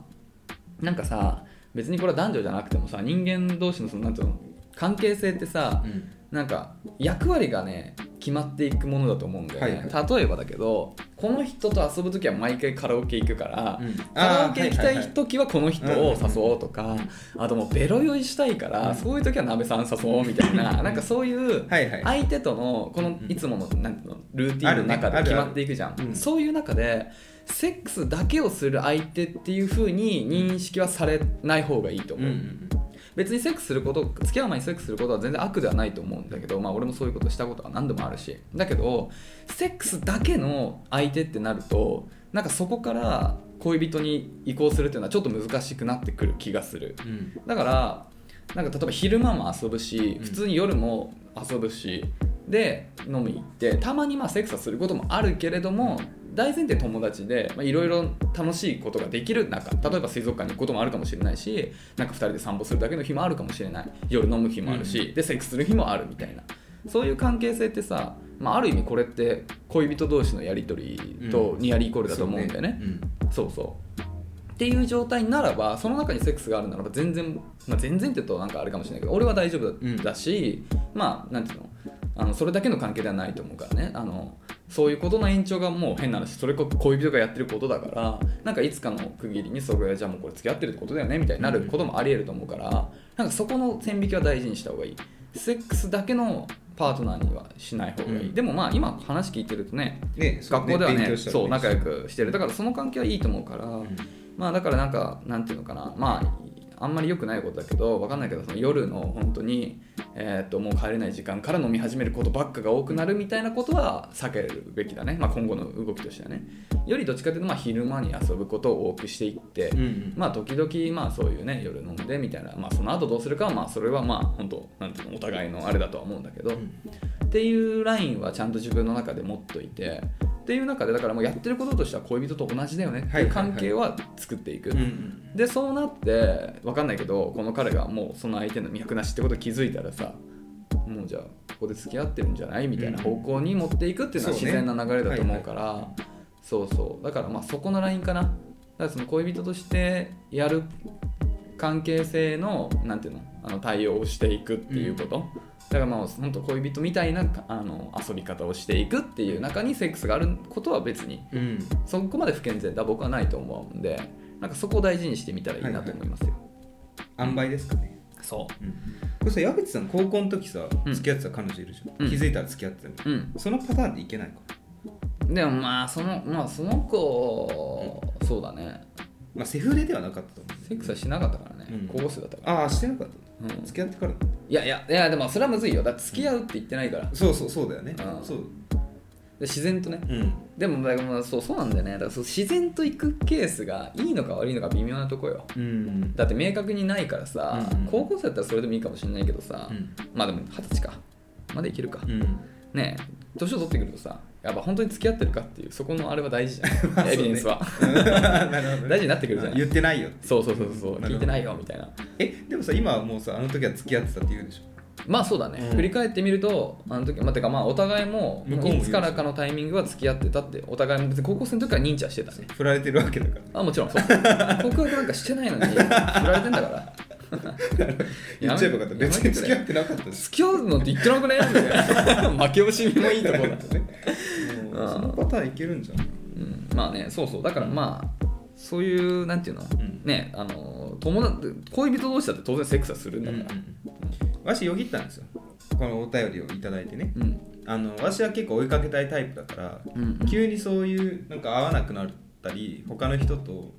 S2: なんかさ別にこれは男女じゃなくてもさ人間同士のそのなんていうの関係性ってさ、なんか役割がね決まっていくものだと思うんだよね、
S1: は
S2: 例えばだけどこの人と遊ぶ時は毎回カラオケ行くから、
S1: うん
S2: カラオケ行きた
S1: あーはいはいはい
S2: い時はこの人を誘おうとかあともうベロ酔いしたいから、
S1: うん
S2: そういう時は鍋さん誘おうみたいななんかそういう
S1: はいはい
S2: 相手とのこのいつものなんていうのルーティンの中
S1: あ
S2: で
S1: るね
S2: 決まっていくじゃん、
S1: あるあるうん
S2: そういう中でセックスだけをする相手っていう風に認識はされない方がいいと
S1: うん
S2: 思
S1: う
S2: う、
S1: ん
S2: 別にセックスすること付き合う前にセックスすることは全然悪ではないと思うんだけどまあ俺もそういうことしたことは何度もあるしだけどセックスだけの相手ってなるとなんかそこから恋人に移行するっていうのはちょっと難しくなってくる気がする
S1: うんうん
S2: だからなんか例えば昼間も遊ぶし
S1: うん
S2: 普通に夜も遊ぶしで飲み行ってたまにまあセックスはすることもあるけれども大前提友達でまあいろいろ楽しいことができる中例えば水族館に行くこともあるかもしれないしなんか2人で散歩するだけの日もあるかもしれない夜飲む日もあるし、でセックスする日もあるみたいなそういう関係性ってさ、まあ、ある意味これって恋人同士のやり取りと
S1: うん
S2: ニアリイコールだと思うんだよね。そうそうっていう状態ならばその中にセックスがあるならば全然、まあ、全然って言うとなんかあれかもしれないけど俺は大丈夫だ,、
S1: うん
S2: だしまあなんていうのあのそれだけの関係ではないと思うからねあのそういうことの延長がもう変な話それこそ恋人がやってることだからなんかいつかの区切りにそれはじゃあもうこれ付き合ってるってことだよねみたいになることもありえると思うからなんかそこの線引きは大事にした方がいいセックスだけのパートナーにはしない方がいい、
S1: うん
S2: でもまあ今話聞いてるとね
S1: うんねそう
S2: 学校ではね
S1: 勉強したら
S2: そう仲良くしてるだからその関係はいいと思うから、
S1: うん
S2: まあだからなんかなんていうのかなまああんまり良くないことだけどわかんないけどその夜の本当にえーっともう帰れない時間から飲み始めることばっかが多くなるみたいなことは避けるべきだね、まあ、今後の動きとしてはねよりどっちかというとまあ昼間に遊ぶことを多くしていって、
S1: うんうん
S2: まあ時々まあそういうね夜飲んでみたいな、まあ、その後どうするかはまあそれはまあ本当なんていうのお互いのあれだとは思うんだけど、っていうラインはちゃんと自分の中で持っといてっていう中でだからもうやってることとしては恋人と同じだよねって
S1: はいいうはいはい
S2: 関係は作っていく、
S1: うんうん
S2: でそうなって分かんないけどこの彼がもうその相手の脈なしってこと気づいたらさもうじゃあここで付き合ってるんじゃないみたいな方向に持っていくっていうのは
S1: そう
S2: 自
S1: ね
S2: 然な流れだと思うから、そうそうだからまあそこのラインかなだからその恋人としてやる関係性のなんていうのあの対応をしていくっていうこと、だからまあ本当恋人みたいなかあの遊び方をしていくっていう中にセックスがあることは別に
S1: うん
S2: そこまで不健全だ僕はないと思うんでなんかそこを大事にしてみたらいいなと思いますよ、
S1: 塩梅ですかね
S2: そ
S1: これさ矢口さん高校の時さ
S2: うん
S1: 付き合ってた彼女いるじゃん、
S2: うん
S1: 気づいたら付き合ってたみたいう
S2: うん
S1: なそのパターンでいけないか
S2: でもまあそのまあその子、そうだね
S1: まあセフレではなかったと思う
S2: セックスはしなかったからね、
S1: うん
S2: 高校生だったから、
S1: ああしてなかった
S2: うん、い
S1: 付き合ってから
S2: やいやいやでもそれはむずいよだって付き合うって言ってないから、で
S1: そうそうそうだよね
S2: あー
S1: そう
S2: 自然とね
S1: うん
S2: でもだからまあそうそうなんだよねだからそう自然と行くケースがいいのか悪いのか微妙なとこよ
S1: うん
S2: だって明確にないからさ、
S1: うんうん
S2: 高校生だったらそれでもいいかもしれないけどさ、
S1: うん
S2: まあでも二十歳かまだいけるか、
S1: うん
S2: ねえ年を取ってくるとさやっぱ本当に付き合ってるかっていうそこのあれは大事じ
S1: まあ
S2: ゃ
S1: そうね
S2: んエビデンスは
S1: なるほどね
S2: 大事になってくるじゃない
S1: 言ってないよ
S2: そうそうそうそう
S1: なるほど
S2: 聞いてないよみたいな
S1: えでもさ今はもうさあの時は付き合ってたって言うでしょ
S2: まあそうだね、
S1: うん
S2: 振り返ってみるとあの時まあてかまあお互いも
S1: 向こうも言う
S2: いつからかのタイミングは付き合ってたってお互いも別に高校生の時から認知はしてたね
S1: 振られてるわけだから
S2: あもちろ んそう告白なんかしてないのに振られてんだから
S1: 言っちゃえばよかった
S2: やめ
S1: 別に付き合ってなかったです
S2: 付き合うのって言ってなくないみた いな負け惜しみもいいところだとね、
S1: もうそのパターンいけるんじゃない
S2: うん、まあねそうそうだからまあそういうなんていうの、
S1: ん
S2: ねあの友達恋人同士だって当然セックスはするんだから
S1: わしよぎったんですよこのお便りをいただいてね
S2: うん、うん
S1: あのわしは結構追いかけたいタイプだから急にそういうなんか合わなくなったり他の人と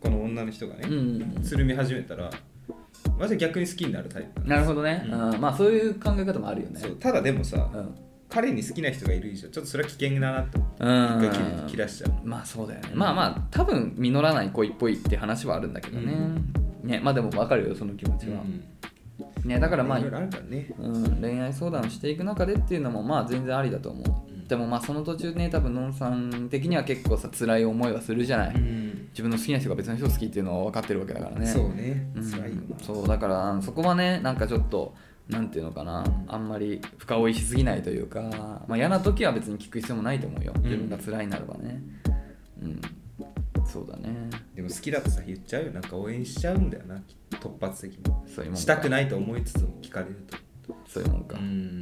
S1: この女の人が
S2: うんう
S1: ね
S2: ん
S1: つるみ始めたらわしは逆に好きになるタイプ
S2: なるほどね、
S1: う
S2: うんんまあそういう考え方もあるよね
S1: そうただでもさ
S2: うん
S1: 彼に好きな人がいる以上ちょっとそれは危険だなって思
S2: うん
S1: う一回切り切らしちゃう
S2: まあそうだよねまあまあ多分実らない恋っぽいって話はあるんだけどね、ねまあでも分かるよその気持ちは、ねだ
S1: だ
S2: からまあ
S1: いろいろあるからね
S2: うん、恋愛相談をしていく中でっていうのもまあ全然ありだと思う、
S1: うん
S2: でもまあその途中ね多分のんさん的には結構さ辛い思いはするじゃない、
S1: うん
S2: 自分の好きな人が別の人を好きっていうのは分かってるわけだからね
S1: そうね
S2: うん
S1: 辛いよな
S2: そうだからあのそこはねなんかちょっとなんていうのかなあんまり深追いしすぎないというか、まあ、嫌な時は別に聞く必要もないと思うよ
S1: ん
S2: 自分が辛いならばねうん、そうだね
S1: でも好きだとさ言っちゃうよなんか応援しちゃうんだよなきっと突発的に
S2: そういうもんか
S1: したくないと思いつつも聞かれると
S2: そういうもんか、
S1: うん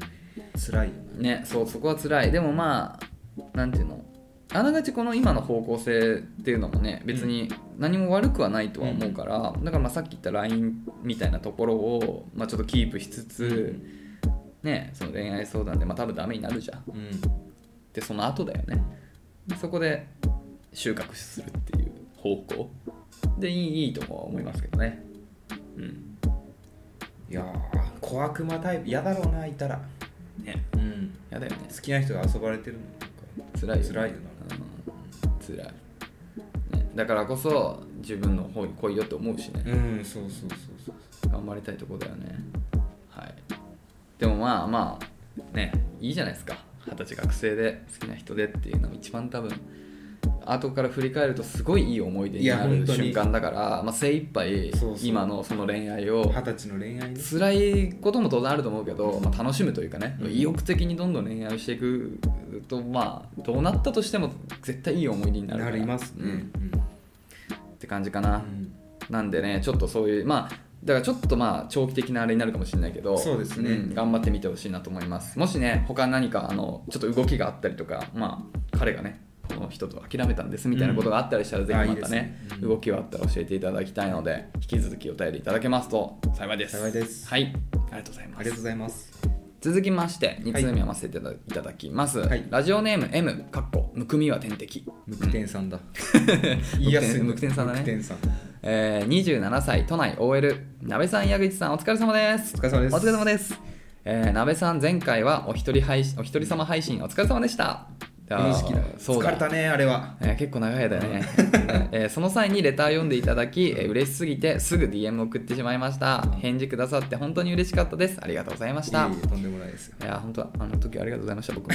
S1: 辛いよな
S2: ねそうそこは辛いでもまあなんていうのあながちこの今の方向性っていうのもね別に何も悪くはないとは思うから、だからまあさっき言った LINE みたいなところを、まあ、ちょっとキープしつつ、ね、その恋愛相談で、まあ、多分ダメになるじゃん
S1: うん
S2: でその後だよねそこで収穫するっていう方向でいいいいとは思いますけどねうん
S1: いやー小悪魔タイプ嫌だろうないたら
S2: ね
S1: うん
S2: やだよね
S1: 好きな人が遊ばれてるのなんか
S2: 辛いよね
S1: 辛いよ
S2: うん辛い、ね、だからこそ自分の方に来いよって思うしね
S1: うんそうそうそうそう
S2: 頑張りたいとこだよねはいでもまあまあねいいじゃないですか二十歳学生で好きな人でっていうのが一番多分後から振り返るとすごいいい思い出にない
S1: や本
S2: る
S1: 当に
S2: 瞬間だから、まあ、精一杯
S1: そうそう
S2: 今のその恋愛を
S1: 二十歳の恋愛ね
S2: 辛いことも当然あると思うけど、まあ、楽しむというかね、
S1: うん
S2: 意欲的にどんどん恋愛をしていくとまあどうなったとしても絶対いい思い出になるか
S1: な
S2: ら
S1: りますね
S2: う
S1: うん
S2: んって感じかな、
S1: うん
S2: なんでねちょっとそういうまあだからちょっとまあ長期的なあれになるかもしれないけど
S1: そうですね
S2: ん頑張ってみてほしいなと思いますもしね他何かあのちょっと動きがあったりとかまあ彼がねこの人と諦めたんですみたいなことがあったりしたら、
S1: うん
S2: ぜひ
S1: あい
S2: ま
S1: いで
S2: た
S1: すね
S2: ね
S1: うん
S2: 動きがあったら教えていただきたいので引き続きお便りいただけますと幸いです
S1: 幸いです
S2: はいありがとうござい
S1: あ
S2: ま
S1: りがとう
S2: す
S1: ございます
S2: 続きまして2通目読ませていただいただきます、
S1: はい
S2: ラジオネーム M かっこむくみは天敵
S1: ムクテンさんだ言いやすい
S2: ムクテンさんだね
S1: ムクテンさん
S2: えー、27歳都内 OL 鍋さん矢口さんお疲れ様です
S1: お疲れ様です
S2: お疲れ様です、えー、鍋さん前回はお一人配信お一人様配信お疲れ様でした
S1: 認識だ
S2: あーそう
S1: 疲
S2: だ
S1: れたねあれは
S2: えー結構長い 間ね、えーその際にレター読んでいただき、えー、嬉しすぎてすぐ DM 送ってしまいました返事くださって本当に嬉しかったですありがとうございま
S1: い
S2: し
S1: え
S2: た
S1: いえとんでもないですよ
S2: いや本当あの時はありがとうございました 僕も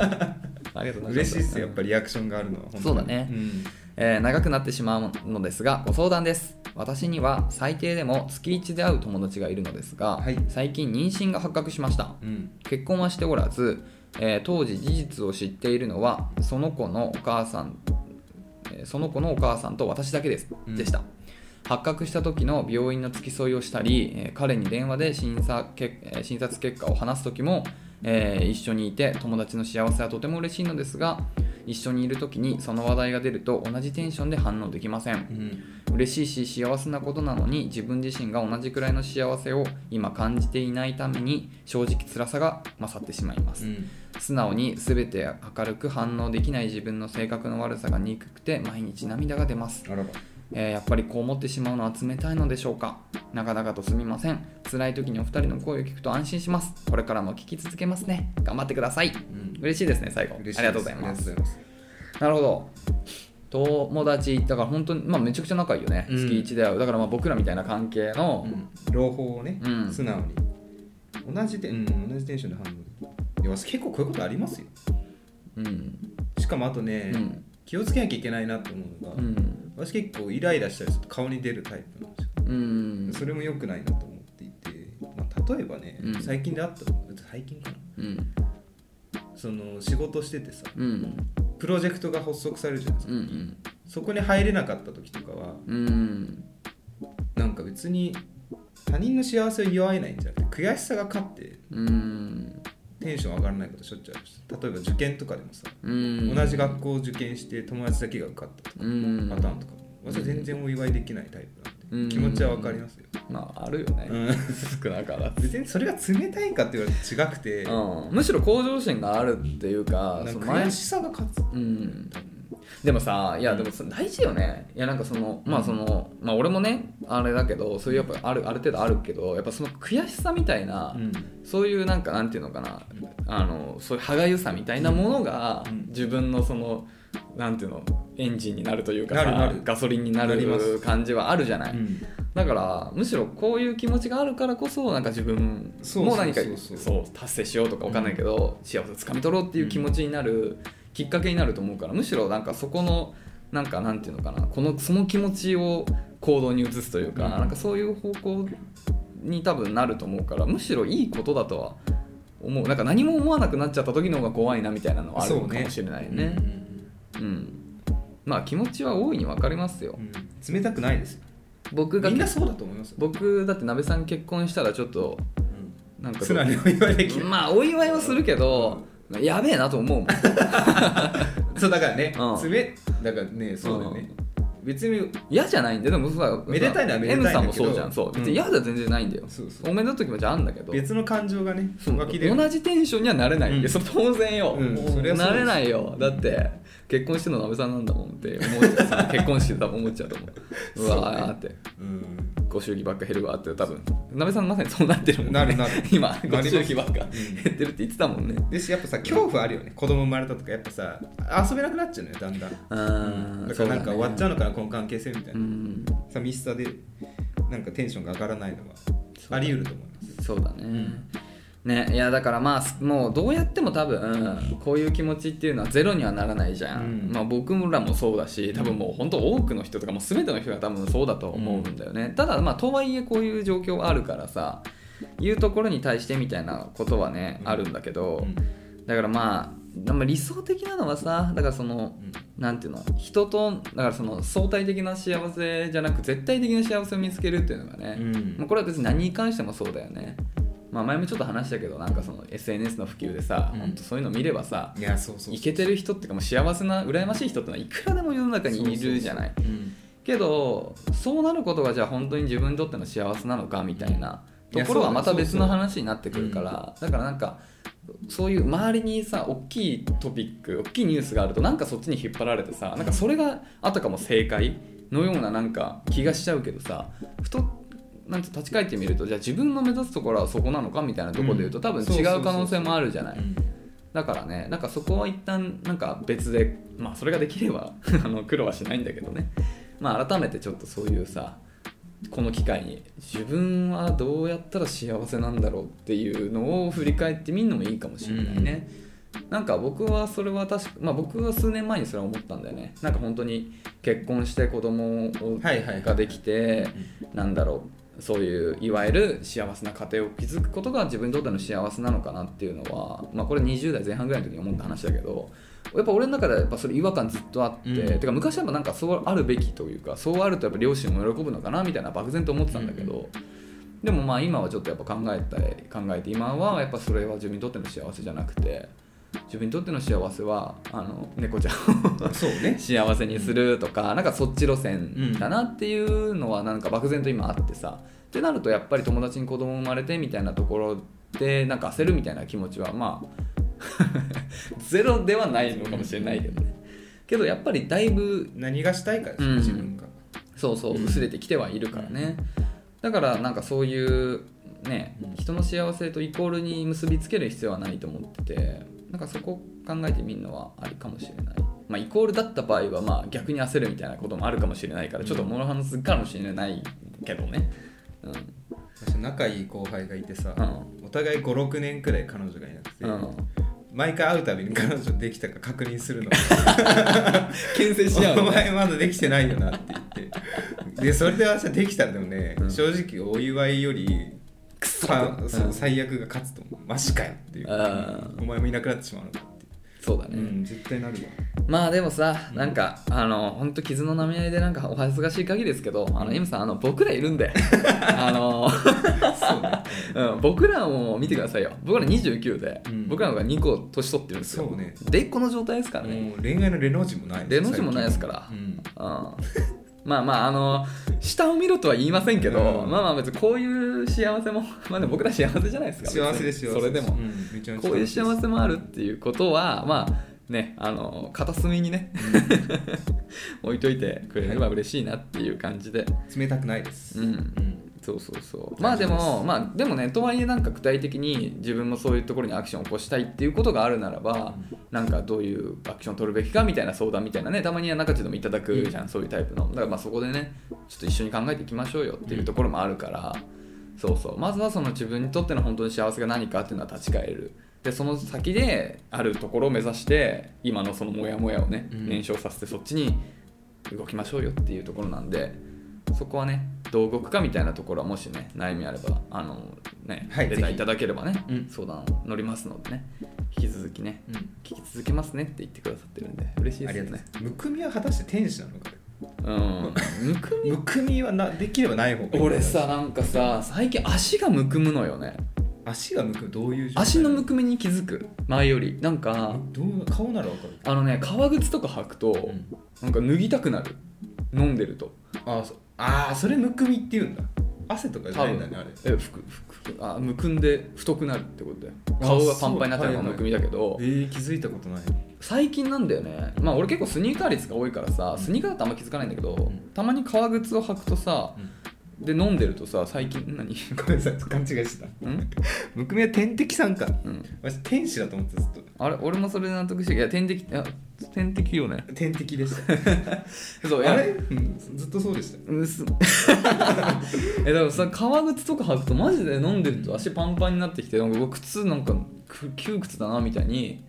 S2: ありがとうございました
S1: 嬉しいっすよやっぱりリアクションがあるのは本当に
S2: そうだね
S1: ん
S2: えー長くなってしまうのですがご相談です私には最低でも月1で会う友達がいるのですが、
S1: はい
S2: 最近妊娠が発覚しました
S1: うん
S2: 結婚はしておらず、えー当時事実を知っているのはその子のお母さんえーその子のお母さんと私だけです、
S1: うん
S2: でした発覚した時の病院の付き添いをしたり、えー彼に電話で診査けえー診察結果を話す時も、えー一緒にいて友達の幸せはとても嬉しいのですが一緒にいる時にその話題が出ると同じテンションで反応できません
S1: うん
S2: 嬉しいし幸せなことなのに自分自身が同じくらいの幸せを今感じていないために正直辛さが勝ってしまいます、
S1: うん
S2: 素直に全て明るく反応できない自分の性格の悪さが憎くて毎日涙が出ます
S1: あらば
S2: えーやっぱりこう思ってしまうのは冷たいのでしょうか長々とすみません辛い時にお二人の声を聞くと安心しますこれからも聞き続けますね頑張ってください
S1: うん
S2: 嬉しいですね最後あり
S1: 嬉しいです
S2: がとうございま
S1: あ
S2: す
S1: りがとうございます
S2: なるほど友達だから本当にまあめちゃくちゃ仲いいよね、
S1: うん
S2: 月1で会うだからまあ僕らみたいな関係の、
S1: うん朗報をね、
S2: うん
S1: 素直に同じで、うん、同じテンションで反応いや結構こういうことありますよ
S2: うん
S1: しかもあとね、
S2: うん
S1: 気をつけなきゃいけないなと思うのが、
S2: うん
S1: 私結構イライラしたりすると顔に出るタイプなんですよ
S2: うん
S1: それも良くないなと思っていて、まあ、例えばね、
S2: うん
S1: 最近であった最近かな
S2: うん
S1: その仕事しててさ
S2: うん
S1: プロジェクトが発足されるじゃないですか、
S2: うん
S1: そこに入れなかった時とかは
S2: うん
S1: なんか別に他人の幸せを祝えないんじゃなくて悔しさが勝って
S2: うん
S1: テンション上がらないことしょっちゅうあるし例えば受験とかでもさ、
S2: うん
S1: 同じ学校を受験して友達だけが受かったとか
S2: うん
S1: パターンとかも私は全然お祝いできないタイプなんで、
S2: うん
S1: 気持ちは分かりますよ、
S2: まああるよね、
S1: うん
S2: 少なからず
S1: 別にそれが冷たいかって言われると違くて、
S2: うん、むしろ向上心があるっていうか
S1: なん
S2: その
S1: か
S2: 前
S1: 悔しさが勝つ
S2: うんでもさいやでもそ大事よねいやなんかそのまあそのまあ俺もねあれだけどそういうやっぱあるある程度あるけどやっぱその悔しさみたいな、そういうなんかなんていうのかなあのそういう歯がゆさみたいなものが、
S1: うん
S2: 自分のそのなんていうのエンジンになるというかさ
S1: なるなる
S2: ガソリンにな
S1: なりま
S2: る
S1: す
S2: 感じはあるじゃない、
S1: うん
S2: だからむしろこういう気持ちがあるからこそなんか自分
S1: そう
S2: も何か
S1: そうそう
S2: そう達成しようとかわかんないけど、幸せをつかみ取ろうっていう気持ちになるきっかけになると思うからむしろなんかそこのなんかなんていうのかなこのその気持ちを行動に移すというか、
S1: うん
S2: なんかそういう方向に多分なると思うからむしろいいことだとは思うなんか何も思わなくなっちゃった時の方が怖いなみたいなのはある
S1: そう
S2: か
S1: ね
S2: もしれない
S1: うん
S2: ね。うんまあ気持ちは大いにわかりますよ
S1: う。んうん冷たくないですよ
S2: 僕が
S1: みんなそうだと思いますよ、
S2: 僕だって鍋さん結婚したらちょっと
S1: うん
S2: なんか
S1: 素直にお祝いできる、
S2: まあお祝いはするけどやべえなと思うもん
S1: そうだからね、
S2: う
S1: 冷だからねそうだよね、別に
S2: 嫌じゃないんででもさ
S1: めでたいのはめでたいん
S2: M
S1: だけど
S2: さんもそうじゃんそう別に嫌じゃ全然ないんだよ、
S1: そうそう
S2: おめでとう気持ちはあんだけど
S1: 別の感情がね
S2: そう
S1: 湧き出る
S2: 同じテンションにはなれないん
S1: う
S2: で、
S1: ん
S2: それ当然よ、
S1: うん
S2: も
S1: そりゃそうで
S2: な
S1: す
S2: れないよだって結婚してんのなべさんなんだもんって思っちゃうその結婚して多分思っちゃう と思ううわーって
S1: うん
S2: ご祝儀ばっか減るわって多分なべさんまさにそうなってるもんね
S1: なるなる
S2: 今
S1: り
S2: ご
S1: ます
S2: 祝儀ばっか減っ
S1: うん
S2: てるって言ってたもんね
S1: ですやっぱさ恐怖あるよね子供生まれたとかやっぱさ遊べなくなっちゃうのよだんだんう
S2: う
S1: んだからなんか終わっちゃうのかなこの関係性みたいうな、
S2: ん
S1: 寂しさでなんかテンションが上がらないのはあり得ると思います
S2: そうだねねいやだからまあすもうどうやっても多分こういう気持ちっていうのはゼロにはならないじゃん、
S1: うん
S2: まあ、僕らもそうだし多分もう本当多くの人とかもう全ての人が多分そうだと思うんだよね、ただまあとはいえこういう状況はあるからさ言うところに対してみたいなことはね、
S1: うん
S2: あるんだけど、
S1: うん
S2: だからまああんま理想的なのはさだからそのなんていうの人とだからその相対的な幸せじゃなく絶対的な幸せを見つけるっていうのがね、
S1: うん
S2: まあ、これは別に何に関してもそうだよね、まあ、前もちょっと話したけどなんかその SNS の普及でさ、
S1: うん
S2: ほんとそういうの見ればさ
S1: いやそうそうそう
S2: イケてる人っていうかもう幸せな羨ましい人ってのはいくらでも世の中にいるじゃない
S1: うん
S2: けどそうなることがじゃあ本当に自分にとっての幸せなのかみたいなところはい
S1: やそうだね
S2: また別の話になってくるからだからなんかそういう周りにさ大きいトピック大きいニュースがあるとなんかそっちに引っ張られてさなんかそれがあたかも正解のようななんか気がしちゃうけどさふとなんて立ち返ってみるとじゃあ自分の目指すところはそこなのかみたいなところで言うと
S1: うん
S2: 多分
S1: そう
S2: 違
S1: そうそう
S2: う可能性もあるじゃない。
S1: うん
S2: だからねなんかそこは一旦なんか別でまあそれができれば あの苦労はしないんだけどねまあ改めてちょっとそういうさこの機会に自分はどうやったら幸せなんだろうっていうのを振り返ってみるのもいいかもしれないね、なんか僕はそれは確かまあ僕は数年前にそれは思ったんだよねなんか本当に結婚して子供を
S1: はいはいはい
S2: ができてなんだろうそういういわゆる幸せな家庭を築くことが自分にとっての幸せなのかなっていうのは、まあ、これ20代前半ぐらいの時に思った話だけどやっぱ俺の中ではやっぱそれ違和感ずっとあって、
S1: うん
S2: てか昔はやっぱなんかそうあるべきというかそうあるとやっぱ両親も喜ぶのかなみたいな漠然と思ってたんだけど、でもまあ今はちょっとやっぱ考えたり考えて今はやっぱそれは自分にとっての幸せじゃなくて自分にとっての幸せはあの猫ちゃんを
S1: そうね
S2: 幸せにするとか、なんかそっち路線だなっていうのはなんか漠然と今あってさってなるとやっぱり友達に子供生まれてみたいなところでなんか焦るみたいな気持ちはまあ ゼロではないのかもしれないけどねけどやっぱりだいぶ
S1: 何がしたいかですね、
S2: うん
S1: 自分が
S2: そうそう
S1: うん
S2: 薄れてきてはいるからね、だからなんかそういうね人の幸せとイコールに結びつける必要はないと思っててなんかそこ考えてみるのはありかもしれない、まあ、イコールだった場合はまあ逆に焦るみたいなこともあるかもしれないからちょっと物話すかもしれないけどねうん
S1: 私仲いい後輩がいてさ、
S2: う
S1: お互い56年くらい彼女がいなくて、
S2: うん
S1: 毎回会うたびに彼女できたか確認す るの
S2: 牽制し合う
S1: お
S2: のね
S1: 前まだできてないよなって言ってでそれで私はできたらでもね、
S2: うん
S1: 正直お祝いより
S2: くそ
S1: かそう
S2: うん
S1: 最悪が勝つと思うマジかよっていう
S2: あー
S1: お前もいなくなってしまうのかって、
S2: そうだ
S1: う
S2: ね、
S1: ん、絶対なるわ
S2: まあでもさなんかあの本当傷のなめ合いでなんかお恥ずかしい限りですけどあの M さんあの僕らいるんで あの
S1: そうね
S2: うん、僕らも見てくださいよ僕ら29で、
S1: うん
S2: 僕らの方が2個年取ってるんですよ
S1: そうね
S2: でこの状態ですからね、
S1: もう恋愛のレノ字もない
S2: レの字もないですから
S1: 最近
S2: うんまあまああの下を見ろとは言いませんけど、
S1: うん
S2: まあまあ別にこういう幸せも まあでも僕ら幸せじゃないですか
S1: うん、幸せです
S2: 別
S1: よ
S2: にそれでも、
S1: うんめちゃめちゃ
S2: こういう幸せもあるっていうことはまあねあの片隅にね 置いといてくれれば嬉しいなっていう感じで、
S1: 冷たくないです
S2: うん
S1: うん
S2: そうそうそう
S1: す
S2: まあでもまあでもねとはいえなんか具体的に自分もそういうところにアクションを起こしたいっていうことがあるならば、なんかどういうアクションを取るべきかみたいな相談みたいなねたまには中地でもいただくじゃん、そういうタイプのだからまあそこでねちょっと一緒に考えていきましょうよっていうところもあるから、そうそうまずはその自分にとっての本当に幸せが何かっていうのは立ち返るでその先であるところを目指して今のそのモヤモヤをね
S1: うん
S2: 燃焼させてそっちに動きましょうよっていうところなんでそこはねどう動くかみたいなところはもしね悩みあればあのね、
S1: はい
S2: レタ
S1: ぜ
S2: ー
S1: ひ
S2: いただければね、
S1: うん
S2: 相談乗りますのでね引き続きね
S1: うん
S2: 聞き続けますねって言ってくださってるんで嬉しい
S1: あ
S2: で
S1: りがとうご
S2: すよ
S1: ざい
S2: ね
S1: ますむくみは果たして天使なのか
S2: うんむく
S1: むくみはなできればない方がいい
S2: 俺さなんかさ最近足がむくむのよね
S1: 足がむくどういう状態
S2: 足のむくみに気づく前よりなんか
S1: どう顔ならわかる
S2: あのね革靴とか履くと、
S1: ん
S2: なんか脱ぎたくなる飲んでると
S1: あそあーそれむくみっていうんだ汗とかじゃないんだねあれ
S2: えふくふくあむくんで太くなるってことだよ顔がパンパンになったのがむくみだけど
S1: えー、気づいたことない
S2: 最近なんだよねまあ俺結構スニーカー率が多いからさスニーカーだとあんま気づかないんだけど、
S1: ん
S2: たまに革靴を履くとさ
S1: うん
S2: で飲んでるとさ最近何
S1: ごめんなさい勘違いしてた
S2: ん
S1: むくみは天敵さんか
S2: うん
S1: 私天使だと思ってたずっと
S2: あれ俺もそれ納得してるいや点滴いや点滴よね
S1: 天敵でした
S2: そう
S1: あ
S2: や
S1: れ、うん、ずっとそうでした
S2: うんす えだからさ革靴とか履くとマジで飲んでると足パンパンになってきてなんかうわ靴なんかく窮屈だなみたいに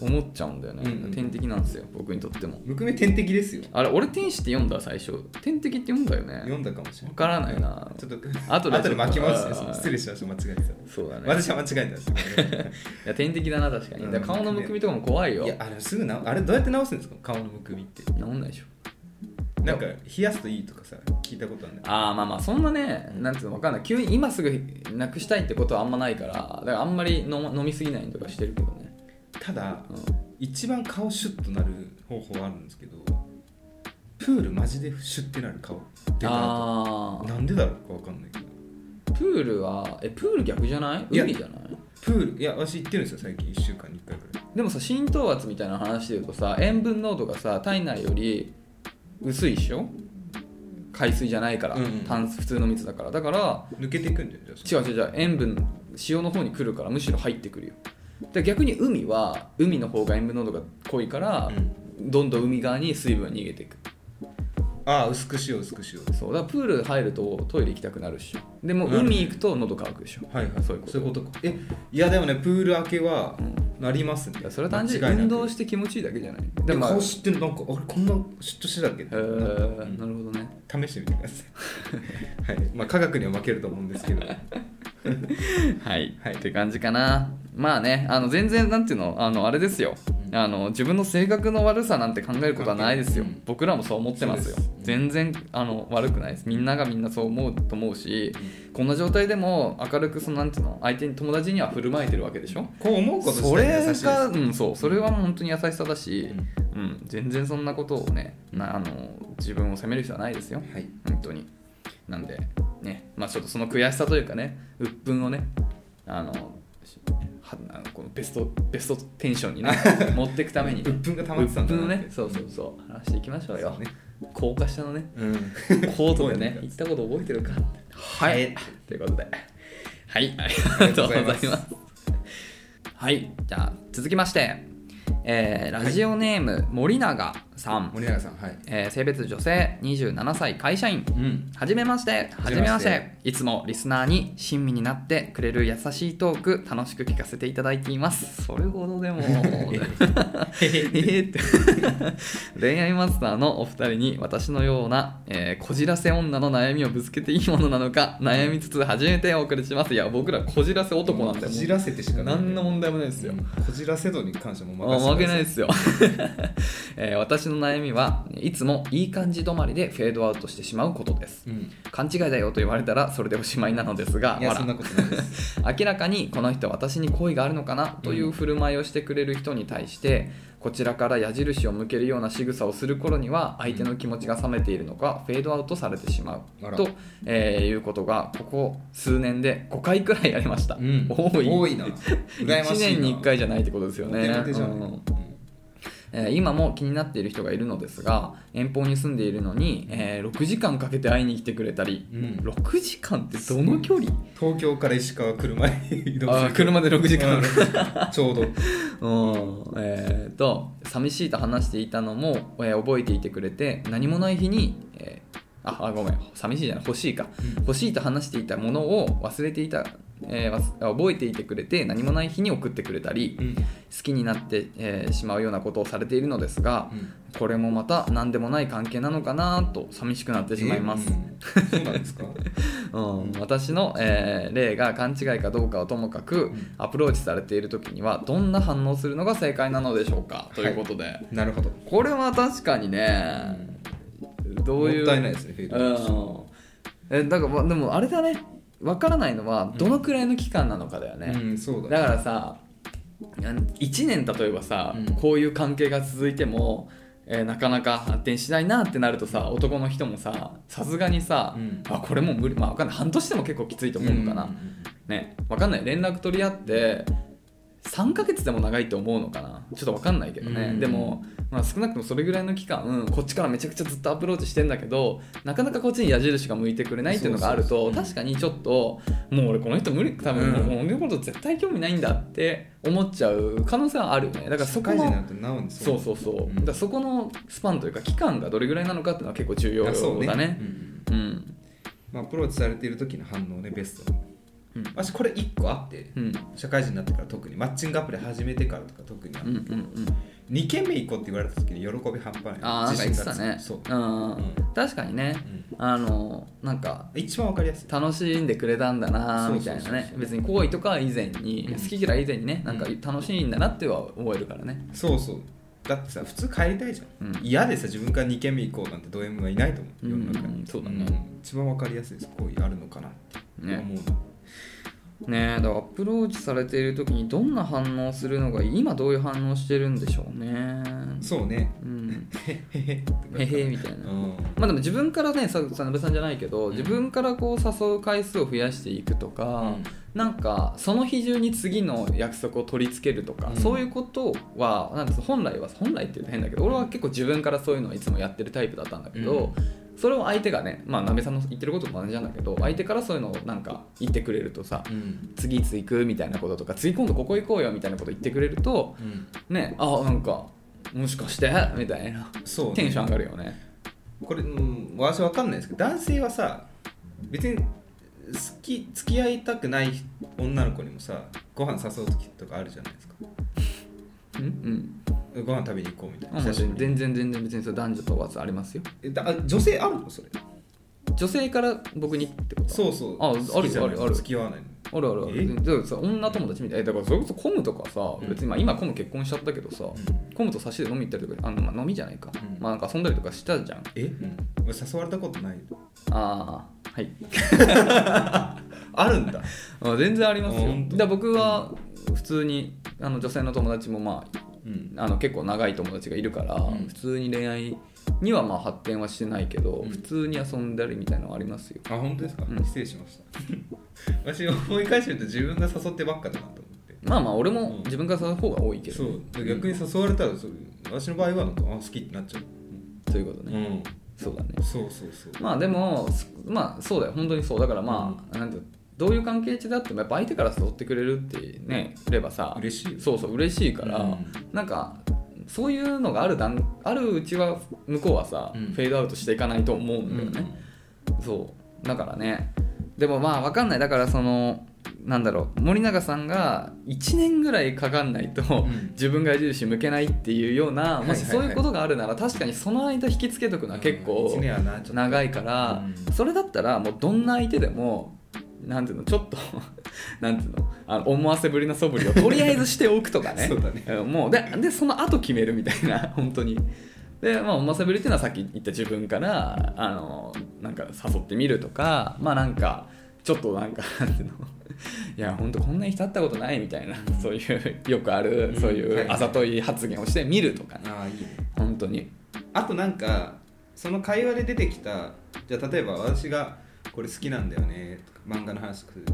S2: 思っちゃうんだよね、
S1: うんうん
S2: 天敵なんですよ僕にとっても
S1: むくみは天敵ですよ
S2: あれ俺天使って読んだ最初天敵って読んだよね
S1: 読んだかもしれ
S2: わ
S1: ない
S2: からないな
S1: ちょっと
S2: 後で
S1: 後で巻きますね
S2: あー
S1: 失礼しました間違えてた
S2: そうだね
S1: 私は間違えてたんで
S2: いや天敵だな確かにだから顔のむくみとかも怖い
S1: す
S2: よ
S1: よいやあれすぐなあれどうやって直すんですか顔のむくみって
S2: 治んないでしょ
S1: なんか冷やすといいとかさ聞いたことあるんだ
S2: ああまあまあそんなねなんていうのわかんない急に今すぐなくしたいってことはあんまないからだからあんまり飲ま飲みすぎないとかしてるけどね、
S1: ただ
S2: うん、
S1: 一番顔シュッとなる方法あるんですけどプールマジでシュッてなる顔出た後
S2: あ
S1: なんでだろうかわかんないけど
S2: あプールはえプール逆じゃない
S1: いや
S2: 海じゃない
S1: プールいや私行ってるんですよ最近1週間に1回くらい
S2: でもさ浸透圧みたいな話で言うとさ塩分濃度がさ体内より薄いでしょ海水じゃないから、
S1: うんうん
S2: 炭普通の水だからだから
S1: 抜けていくんじゃんじゃあ
S2: 違う違う違う塩分塩の方に来るからむしろ入ってくるよで逆に海は海の方が塩分濃度が濃いから、どんどん海側に水分が逃げていく
S1: ああ薄くしよう薄くしよう
S2: そうだからプール入るとトイレ行きたくなるっしょでも
S1: なる
S2: 海行くと喉乾くでしょ
S1: はいはい
S2: そういうこと
S1: かえいやでもねプール明けは
S2: うん
S1: なりますね
S2: いやそれは単純に
S1: 間違いなく
S2: 運動して気持ちいいだけじゃないで
S1: でも
S2: もまあ
S1: 顔知ってるなんかあれこんなシュッとしてたっけ
S2: えー
S1: な
S2: なるほどね
S1: 試してみてくださ いはいまあ科学には負けると思うんですけど
S2: はい、
S1: はい
S2: って感じかなまあねあの全然なんていうのあのあれですよ
S1: うん
S2: あの自分の性格の悪さなんて考えることはないですよ
S1: うん
S2: 僕らもそう思ってますよ
S1: そうですうん
S2: 全然あの悪くないですみんながみんなそう思うと思うしこんな状態でも明るくそのなんていうの相手に友達には振る舞えてるわけでしょ
S1: こう思うこと
S2: そ
S1: 自体
S2: れ
S1: 優しいです
S2: がうんそうそれはもう本当に優しさだし
S1: うん、
S2: うん、全然そんなことをねなあの自分を責める必要はないですよ
S1: はい
S2: 本当になんでねまあちょっとその悔しさというかね鬱憤をねあのしはあのこのベストベスト テンションにね持っていくために
S1: 鬱憤が溜まってたんだな
S2: 鬱憤をねそうそうそう話していきましょうよ
S1: ね
S2: 高架下の ね
S1: うん
S2: コートでね
S1: 覚えてるか
S2: 行ったこと覚えてるかはいということではいあり
S1: あり
S2: がとうござい
S1: がとうござい
S2: ま
S1: ますす
S2: はいじゃあ続きまして、えーラジオネーム、森永さん、
S1: 森永さんはい
S2: えー性別女性27歳会社員
S1: うん
S2: はじめまして
S1: は
S2: はじ
S1: じ
S2: め
S1: め
S2: ま
S1: ま
S2: し
S1: してて
S2: いつもリスナーに親身になってくれる優しいトーク楽しく聞かせていただいていますそれほど でもえーって恋愛マスターのお二人に私のような、えーこじらせ女の悩みをぶつけていいものなのか悩みつつ初めてお送りしますいや僕らこじらせ男なんで
S1: こ
S2: も
S1: じ
S2: う
S1: らせてしかない
S2: 何の問題もないですよ
S1: こじらせ度に関してはもう
S2: あ
S1: 任せ
S2: 負
S1: て
S2: け
S1: くだ
S2: ない
S1: さ
S2: ですよ、 えー私の悩みはいつもいい感じ止まりでフェードアウトしてしまうことです
S1: うん
S2: 勘違いだよと言われたらそれでおしまいなのですが
S1: いやそんな
S2: 笑
S1: ことないです
S2: 明らかにこの人私に好意があるのかなという振る舞いをしてくれる人に対してこちらから矢印を向けるような仕草をする頃には相手の気持ちが冷めているのかフェードアウトされてしま
S1: あ
S2: う
S1: ら
S2: と、えーいうことがここ数年で5回くらいありました、
S1: うん
S2: 多い
S1: 多いな羨ましいな
S2: 1年に1回じゃないってことですよね
S1: モテモテじゃん
S2: うんえー今も気になっている人がいるのですが遠方に住んでいるのに、えー6時間かけて会いに来てくれたり、
S1: うん
S2: 6時間ってどの距離
S1: 東京から石川車で移動す
S2: あ
S1: る
S2: ー車で6時
S1: う
S2: 間、
S1: んちょうど
S2: うんえーと寂しいと話していたのも、えー覚えていてくれて何もない日に、えーああごめん寂しいじゃない欲しいか、
S1: うん
S2: 欲しいと話していたものを忘れていた、えーわす覚えていてくれて何もない日に送ってくれたり、
S1: うん
S2: 好きになって、えーしまうようなことをされているのですが、
S1: うん
S2: これもまた何でもない関係なのかなと寂しくなってしまいます、
S1: えーうんそうなんですか
S2: うん、私の、えー例が勘違いかどうかはともかく
S1: ん
S2: アプローチされている時にはどんな反応するのが正解なのでしょうかということで、
S1: なるほど
S2: これは確かにねどういう
S1: もったいないですねフェードアウト
S2: うんえだからまでもあれだねわからないのはどのくらいの期間なのかだよね、
S1: うんそうだ
S2: だからさ1年例えばさ、
S1: うん
S2: こういう関係が続いても、えーなかなか発展しないなってなるとさ男の人もささすがにさ、
S1: うん
S2: あこれもう無理まあわかんない半年でも結構きついと思うのかな、ねわかんない連絡取り合って3ヶ月でも長いって思うのかなちょっとわかんないけどね、
S1: うん
S2: でも、まあ、少なくともそれぐらいの期間、うんこっちからめちゃくちゃずっとアプローチしてんだけどなかなかこっちに矢印が向いてくれないっていうのがある
S1: そう
S2: と
S1: そうそう
S2: 確かにちょっともう俺この人無理多分
S1: うん
S2: もう俺のこと絶対興味ないんだって思っちゃう可能性はあるよねだからそ
S1: 社
S2: こ
S1: 会人にな
S2: の
S1: るとなおに
S2: そう
S1: う
S2: そうそう、
S1: ん
S2: だからそこのスパンというか期間がどれぐらいなのかっていうのは結構重要
S1: あそう
S2: だね
S1: うんうん
S2: うん
S1: まあアプローチされている時の反応ねベスト
S2: うん
S1: 私これ一個あって
S2: うん
S1: 社会人になってから特にマッチングアプリ始めてからとか特にあっ
S2: う
S1: て
S2: んうんうん
S1: 2軒目行こうって言われた時に喜び半端ない
S2: あーなんか言ってたね
S1: 自信がつく
S2: う
S1: そう、う
S2: ん
S1: ん
S2: 確かにね
S1: う
S2: あのなんか
S1: ん一番わかりやすい
S2: 楽しんでくれたんだな
S1: そう
S2: み
S1: そ
S2: た
S1: う
S2: い
S1: そ
S2: な
S1: う
S2: ね別に好意とかは以前に
S1: うん
S2: 好き嫌い以前にねなんか
S1: うん
S2: 楽しいんだなっては思えるからね
S1: そうそうだってさ普通帰りたいじゃん、
S2: うん
S1: 嫌でさ自分から2軒目行こうなんてド M はいないと思う世の中に、
S2: うんそうだね
S1: ん一番わかりやすいですこういうあるのかなって思うの、
S2: ねねだからアプローチされている時にどんな反応するのがいい今どういう反応してるんでしょうね
S1: そうね
S2: うん
S1: へへへ
S2: へへみたい
S1: う
S2: な
S1: ん
S2: まあでも自分からねささなべさんじゃないけど自分からこう誘う回数を増やしていくとか、なんかその日中に次の約束を取り付けるとか、
S1: うん
S2: そういうことはなんか本来は本来って言うと変だけど俺は結構自分からそういうのをいつもやってるタイプだったんだけど、それを相手がねまあなべさんの言ってることと同じなんだけど相手からそういうのをなんか言ってくれるとさ
S1: うん
S2: 次いつ行くみたいなこととか次今度ここ行こうよみたいなこと言ってくれると
S1: うん
S2: ねあなんかもしかしてみたいな
S1: そうね
S2: テンション上がるよね。
S1: これ、うん、私わかんないですけど男性はさ別に好き付き合いたくない女の子にもさご飯誘う時とかあるじゃないですか
S2: うんうん、
S1: ご飯食べに行こうみたいな
S2: うん
S1: 久しぶりに
S2: 全然全然別にそれ男女問わずありますよ
S1: えだあ女性あるのそれ
S2: 女性から僕にってこと
S1: そうそう
S2: あ
S1: 好きじゃない
S2: あるあるある
S1: 付き合わないの
S2: あるあるあ
S1: え
S2: るだからさ女友達みたいえだからそれこそコムとかさ、
S1: うん
S2: 別にまあ今コム結婚しちゃったけどさ、
S1: ん
S2: コムと差しで飲み行ったりとかあの、まあ、飲みじゃないか、
S1: うん
S2: まあなんか遊んだりとかしたじゃん
S1: え、うん、俺誘われたことない
S2: ああはい
S1: あるんだ
S2: あ全然あります
S1: あ
S2: よ
S1: 本当
S2: だから僕は普通にあの女性の友達もまあ
S1: うん
S2: あの結構長い友達がいるから、
S1: うん
S2: 普通に恋愛にはまあ発展はしてないけど、
S1: うん
S2: 普通に遊んだりみたいなのはありますよ
S1: あ本当ですか、
S2: うん
S1: 失礼しました 私思い返してみると自分が誘ってばっかだなと思って
S2: まあまあ俺
S1: うん
S2: も自分から誘う方が多いけど
S1: そ
S2: ね、
S1: う逆に誘われたらそう私の場合はなんかあ好きってなっちゃう
S2: ということね、
S1: うん
S2: そうだね
S1: そうそうそう
S2: まあでもすまあそうだよ本当にそうだからまあ、なんていうのどういう関係値であってもやっぱ相手から誘ってくれるってねいればさ
S1: 嬉しいよ
S2: そうそう嬉しいから、
S1: うん
S2: なんかそういうのがある段あるうちは向こうはさ、
S1: うん
S2: フェードアウトしていかないと思うんだよね、そうだからねでもまあ分かんないだからそのなんだろう森永さんが1年ぐらいかかんないと、
S1: ん
S2: 自分が矢印向けないっていうようなも
S1: はい
S2: し
S1: はい
S2: そう
S1: はい
S2: いうことがあるなら確かにその間引きつけとくのは結構
S1: 1年はなちょっと
S2: 長いから
S1: うん
S2: それだったらもうどんな相手でもなんていうのちょっと なんていうのあの思わせぶりな素振りをとりあえずしておくとかね
S1: そうだね
S2: うんもうででその後決めるみたいな 本当にでまあ思わせぶりっていうのはさっき言った自分からあのなんか誘ってみるとかまあなんかちょっとなんかなんていうのいや本当こんな人会ったことないみたいなそういうよくあるそういうあざとい発言をしてみるとかね
S1: ああいいね
S2: 本当に
S1: あとなんかその会話で出てきたじゃあ例えば私がこれ好きなんだよねとか漫画の話とかする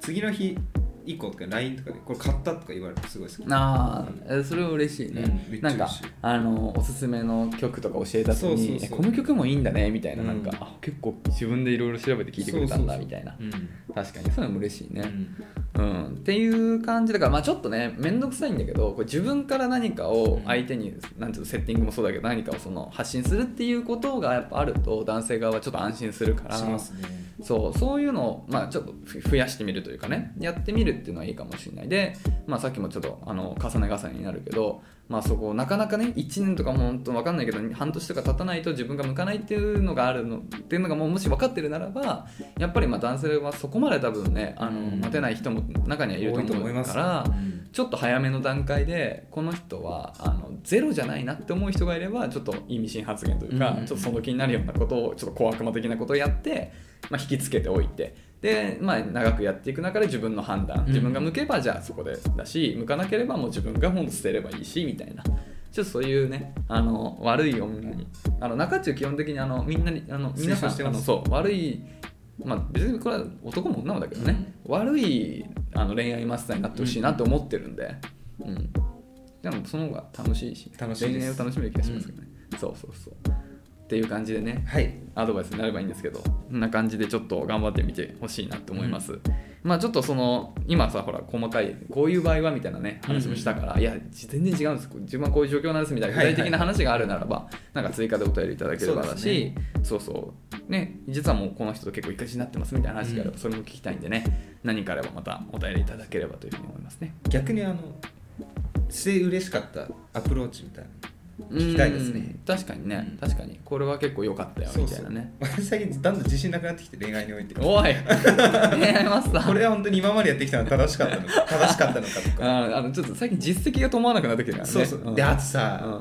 S1: 次の日以降とか LINE とかでこれ買ったとか言われてすごい好き
S2: ああえそれは嬉しいね、
S1: うんめっちゃ
S2: なんか
S1: 嬉しい
S2: あのおすすめの曲とか教えた
S1: そ
S2: 後
S1: うそうそう
S2: にえこの曲もいいんだねみたいな,、なんか
S1: うん
S2: あ結構自分でいろいろ調べて聞いてくれたんだ
S1: そうそうそう
S2: みたいな
S1: うん
S2: 確かにそういうのも嬉しいうね、
S1: ん
S2: うんっていう感じだからまあちょっとね面倒くさいんだけどこれ自分から何かを相手に、なんていうのセッティングもそうだけど何かをその発信するっていうことがやっぱあると男性側はちょっと安心するから
S1: しますね
S2: そうそういうのを、まあ、ちょっとふ増やしてみるというかねやってみるっていうのはいいかもしれないで、まあ、さっきもちょっとあの重ね重ねになるけど、まあ、そこをなかなかね1年とかも本当分かんないけど半年とか経たないと自分が向かないっていうのがあるのっていうのがもうもし分かってるならばやっぱりまあ男性はそこまで多分ねあの
S1: うん
S2: 待てない人も中にはいる
S1: 多いと
S2: と思
S1: 思い
S2: う
S1: ま
S2: か
S1: す
S2: ら。
S1: うん
S2: ちょっと早めの段階でこの人はあのゼロじゃないなって思う人がいればちょっと意味深発言というか、
S1: うんうんうん
S2: ちょっとその気になるようなことをちょっと小悪魔的なことをやって、まあ、引きつけておいてで、まあ、長くやっていく中で自分の判断
S1: ん
S2: 自分が向けばじゃあそこでだし向かなければもう自分が本当捨てればいいしみたいな。ちょっとそういうねあの悪い女にあの中中基本的にあのみんなにあの皆さ
S1: 推奨して
S2: んあ
S1: ます
S2: のそう悪いまあ、別にこれは男も女もだけどね、悪いあの恋愛マスターになってほしいなって思ってるんで、うんでもその方が楽しいし
S1: 楽しいです
S2: 恋愛を楽しめる気がしますけどね、そうそうそうっていう感じでね
S1: はい
S2: アドバイスになればいいんですけどこんな感じでちょっと頑張ってみてほしいなって思います、まあちょっとその今さほら細かいこういう場合はみたいなね話もしたから、いや全然違うんです自分はこういう状況なんですみたいな具
S1: はいはい
S2: 体的な話があるならば、なんか追加でお便りいただければだ
S1: そう
S2: し
S1: で
S2: そう,、そうね実はもうこの人と結構いかしになってますみたいな話があれば、それも聞きたいんでね何かあればまたお便りいただければというふうに思いますね
S1: 逆にあのして嬉しかったアプローチみたいな聞きたいですね
S2: うん確かにね、
S1: うん
S2: 確かにこれは結構良かったよみたいなね
S1: そうそう私最近だんだん自信なくなってきて恋愛に おいてこ
S2: おい恋愛マスター
S1: れは本当に今までやってきたのは正しかったの か正しかったのかとか
S2: あーあのちょっと最近実績が伴わなくなってきてるからね
S1: そうそう、
S2: ん
S1: であと
S2: う
S1: さ、
S2: ん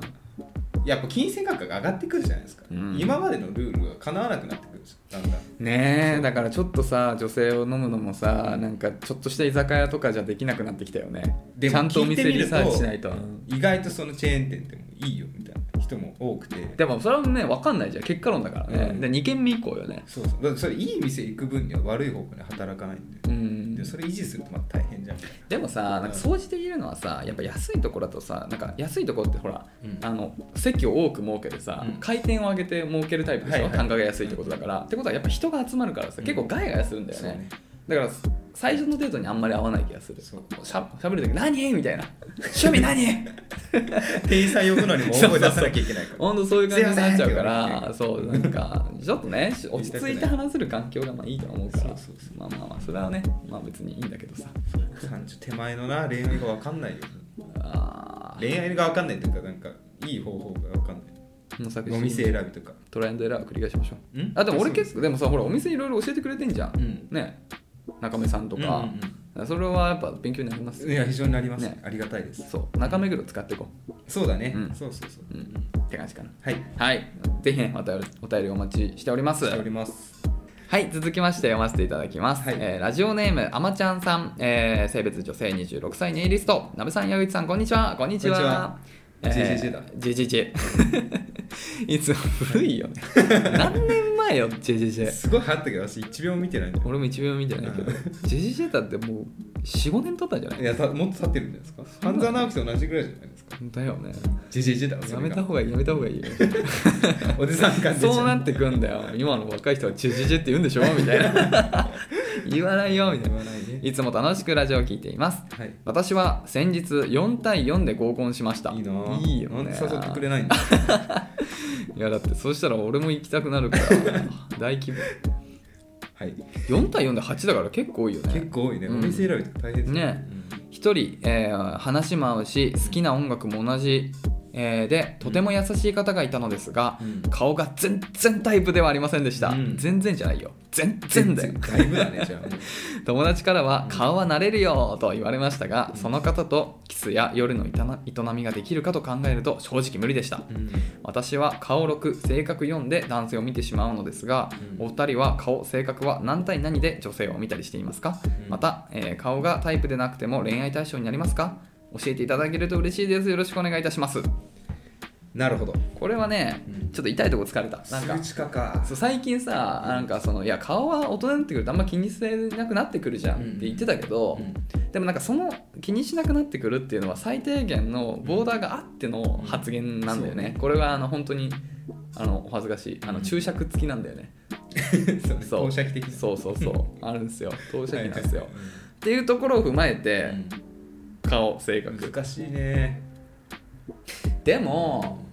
S1: やっぱ金銭価格が上がってくるじゃないですか、
S2: うん
S1: 今までのルールが叶わなくなってくるじゃんだんだん
S2: ねえだからちょっとさ女性を飲むのもさなんかちょっとした居酒屋とかじゃできなくなってきたよね
S1: で
S2: ち
S1: も
S2: ゃんとお店
S1: 聞いてみ
S2: リ
S1: ると
S2: サーチしないと、
S1: 意外とそのチェーン店でもいいよみたいな人も多くて
S2: でもそれはね分かんないじゃん結果論だからね、
S1: うん
S2: で2軒目以降よね
S1: そうそうだからそれいい店行く分には悪い方向に働かないんで,、
S2: うん
S1: でそれ維持するとまた大変じゃん
S2: でもさなんか掃除できるのはさやっぱ安いところだとさなんか安いところってほら、
S1: うん
S2: あの席を多く設けてさ、
S1: うん
S2: 回転を上げて設けるタイプでし
S1: はい
S2: ょ、
S1: はい
S2: 単価が安いってことだから、ってことはやっぱ人が集まるからさ結構ガヤガヤするんだよ
S1: そうね
S2: だから最初のデートにあんまり合わない気がするし
S1: そう
S2: ゃしゃべる時何?」みたいな「趣味何?」
S1: 店員さん呼ぶのに も大声出さなきゃいけないから
S2: ほんとそういう感じになっちゃうか
S1: すいません
S2: らそうなんかちょっとねし落ち着いて話せる環境がまあいいと思うから
S1: そうそう
S2: まあまあまあそれはねまあ別にいいんだけどさ
S1: 30手前のな恋愛が分かんないよ
S2: あ
S1: 恋愛が分かんないというかなんかいい方法が分かんな
S2: ー模索
S1: いお
S2: し
S1: 店
S2: て
S1: 選びとか
S2: トライアンドエラーを繰り返しましょうんあでも俺
S1: そうです
S2: 結構でもさほらお店いろいろ教えてくれてんじゃん、
S1: うん
S2: ね中目さんとか、
S1: うん
S2: それはやっぱ勉強になります
S1: いや非常になります、
S2: ね
S1: ありがたいです
S2: そう中目黒使っていこ
S1: そうだね、
S2: うん
S1: そうそうそう、
S2: う、うん、って感じかな
S1: はい
S2: はい、ぜひね、またお便りお待ちしております。
S1: しております
S2: はい、続きまして読ませていただきます。
S1: はい
S2: えーラジオネーム、あまちゃんさん、えー性別女性26歳ネイリスト、なべさん、やぐちさん、こんにちは。こんにちは。
S1: こんにちは JJJ だね、
S2: JJJ いつも古い よね何年前よ JJJ
S1: すごい流行ったけど私1秒も見てないんだよ
S2: 俺も一秒見てないけど
S1: うん
S2: JJJ だってもう45年経ったんじゃない
S1: いやたもっと経ってるんじゃないですか半沢直樹と同じぐらいじゃないですか
S2: だよね
S1: JJJ だ
S2: やめた
S1: 方
S2: 方がいいやめた方が いいよ
S1: おじさん感じちゃ
S2: そうなってくんだよ今の若い人は「チュチュチュ」って言うんでしょみたいな 言わないよみた
S1: 言
S2: いな
S1: わないで
S2: いつも楽しくラジオを聞いています
S1: はい
S2: 私は先日4対4で合コンしました
S1: いいなぁ
S2: いいよ
S1: なん
S2: ね
S1: で誘ってくれないんだ
S2: いやだってそうしたら俺も行きたくなるから 大規模
S1: はい
S2: 4対4で8だから結構多いよ
S1: 結
S2: ね
S1: 構多いね、
S2: うん
S1: お店選びとか大変です
S2: ね1人、えー話も合うし好きな音楽も同じ、えーでとても優しい方がいたのですが、
S1: うん
S2: 顔が全然タイプではありませんでした、
S1: うん
S2: 全然じゃないよ全然だよ
S1: だいぶだねじゃあ
S2: 友達からは「顔は慣れるよ」と言われましたがその方とキスや夜の営な営みができるかと考えると正直無理でした
S1: うん
S2: 私は顔6性格4で男性を見てしまうのですが、
S1: うん
S2: お二人は顔性格は何対何で女性を見たりしていますか、
S1: うん
S2: また、えー顔がタイプでなくても恋愛対象になりますか教えていただけると嬉しいですよろしくお願いいたします
S1: なるほど
S2: これはね、
S1: うん
S2: ちょっと痛いとこ疲れたなんか
S1: 数値化か
S2: そう最近さなんかそのいや顔は大人になってくるとあんま気にせなくなってくるじゃんって言ってたけど、でもなんかその気にしなくなってくるっていうのは最低限のボーダーがあっての発言なんだよね、
S1: そうね
S2: これはあの本当にあのお恥ずかしいあの
S1: うん
S2: 注釈付きなんだよね、
S1: そうね
S2: そう
S1: 投射的な
S2: そうそうそう あるんですよ投射器なんですよ、
S1: はい
S2: っていうところを踏まえて
S1: はい、はい
S2: 顔性
S1: うん
S2: 格
S1: 難しいね
S2: でも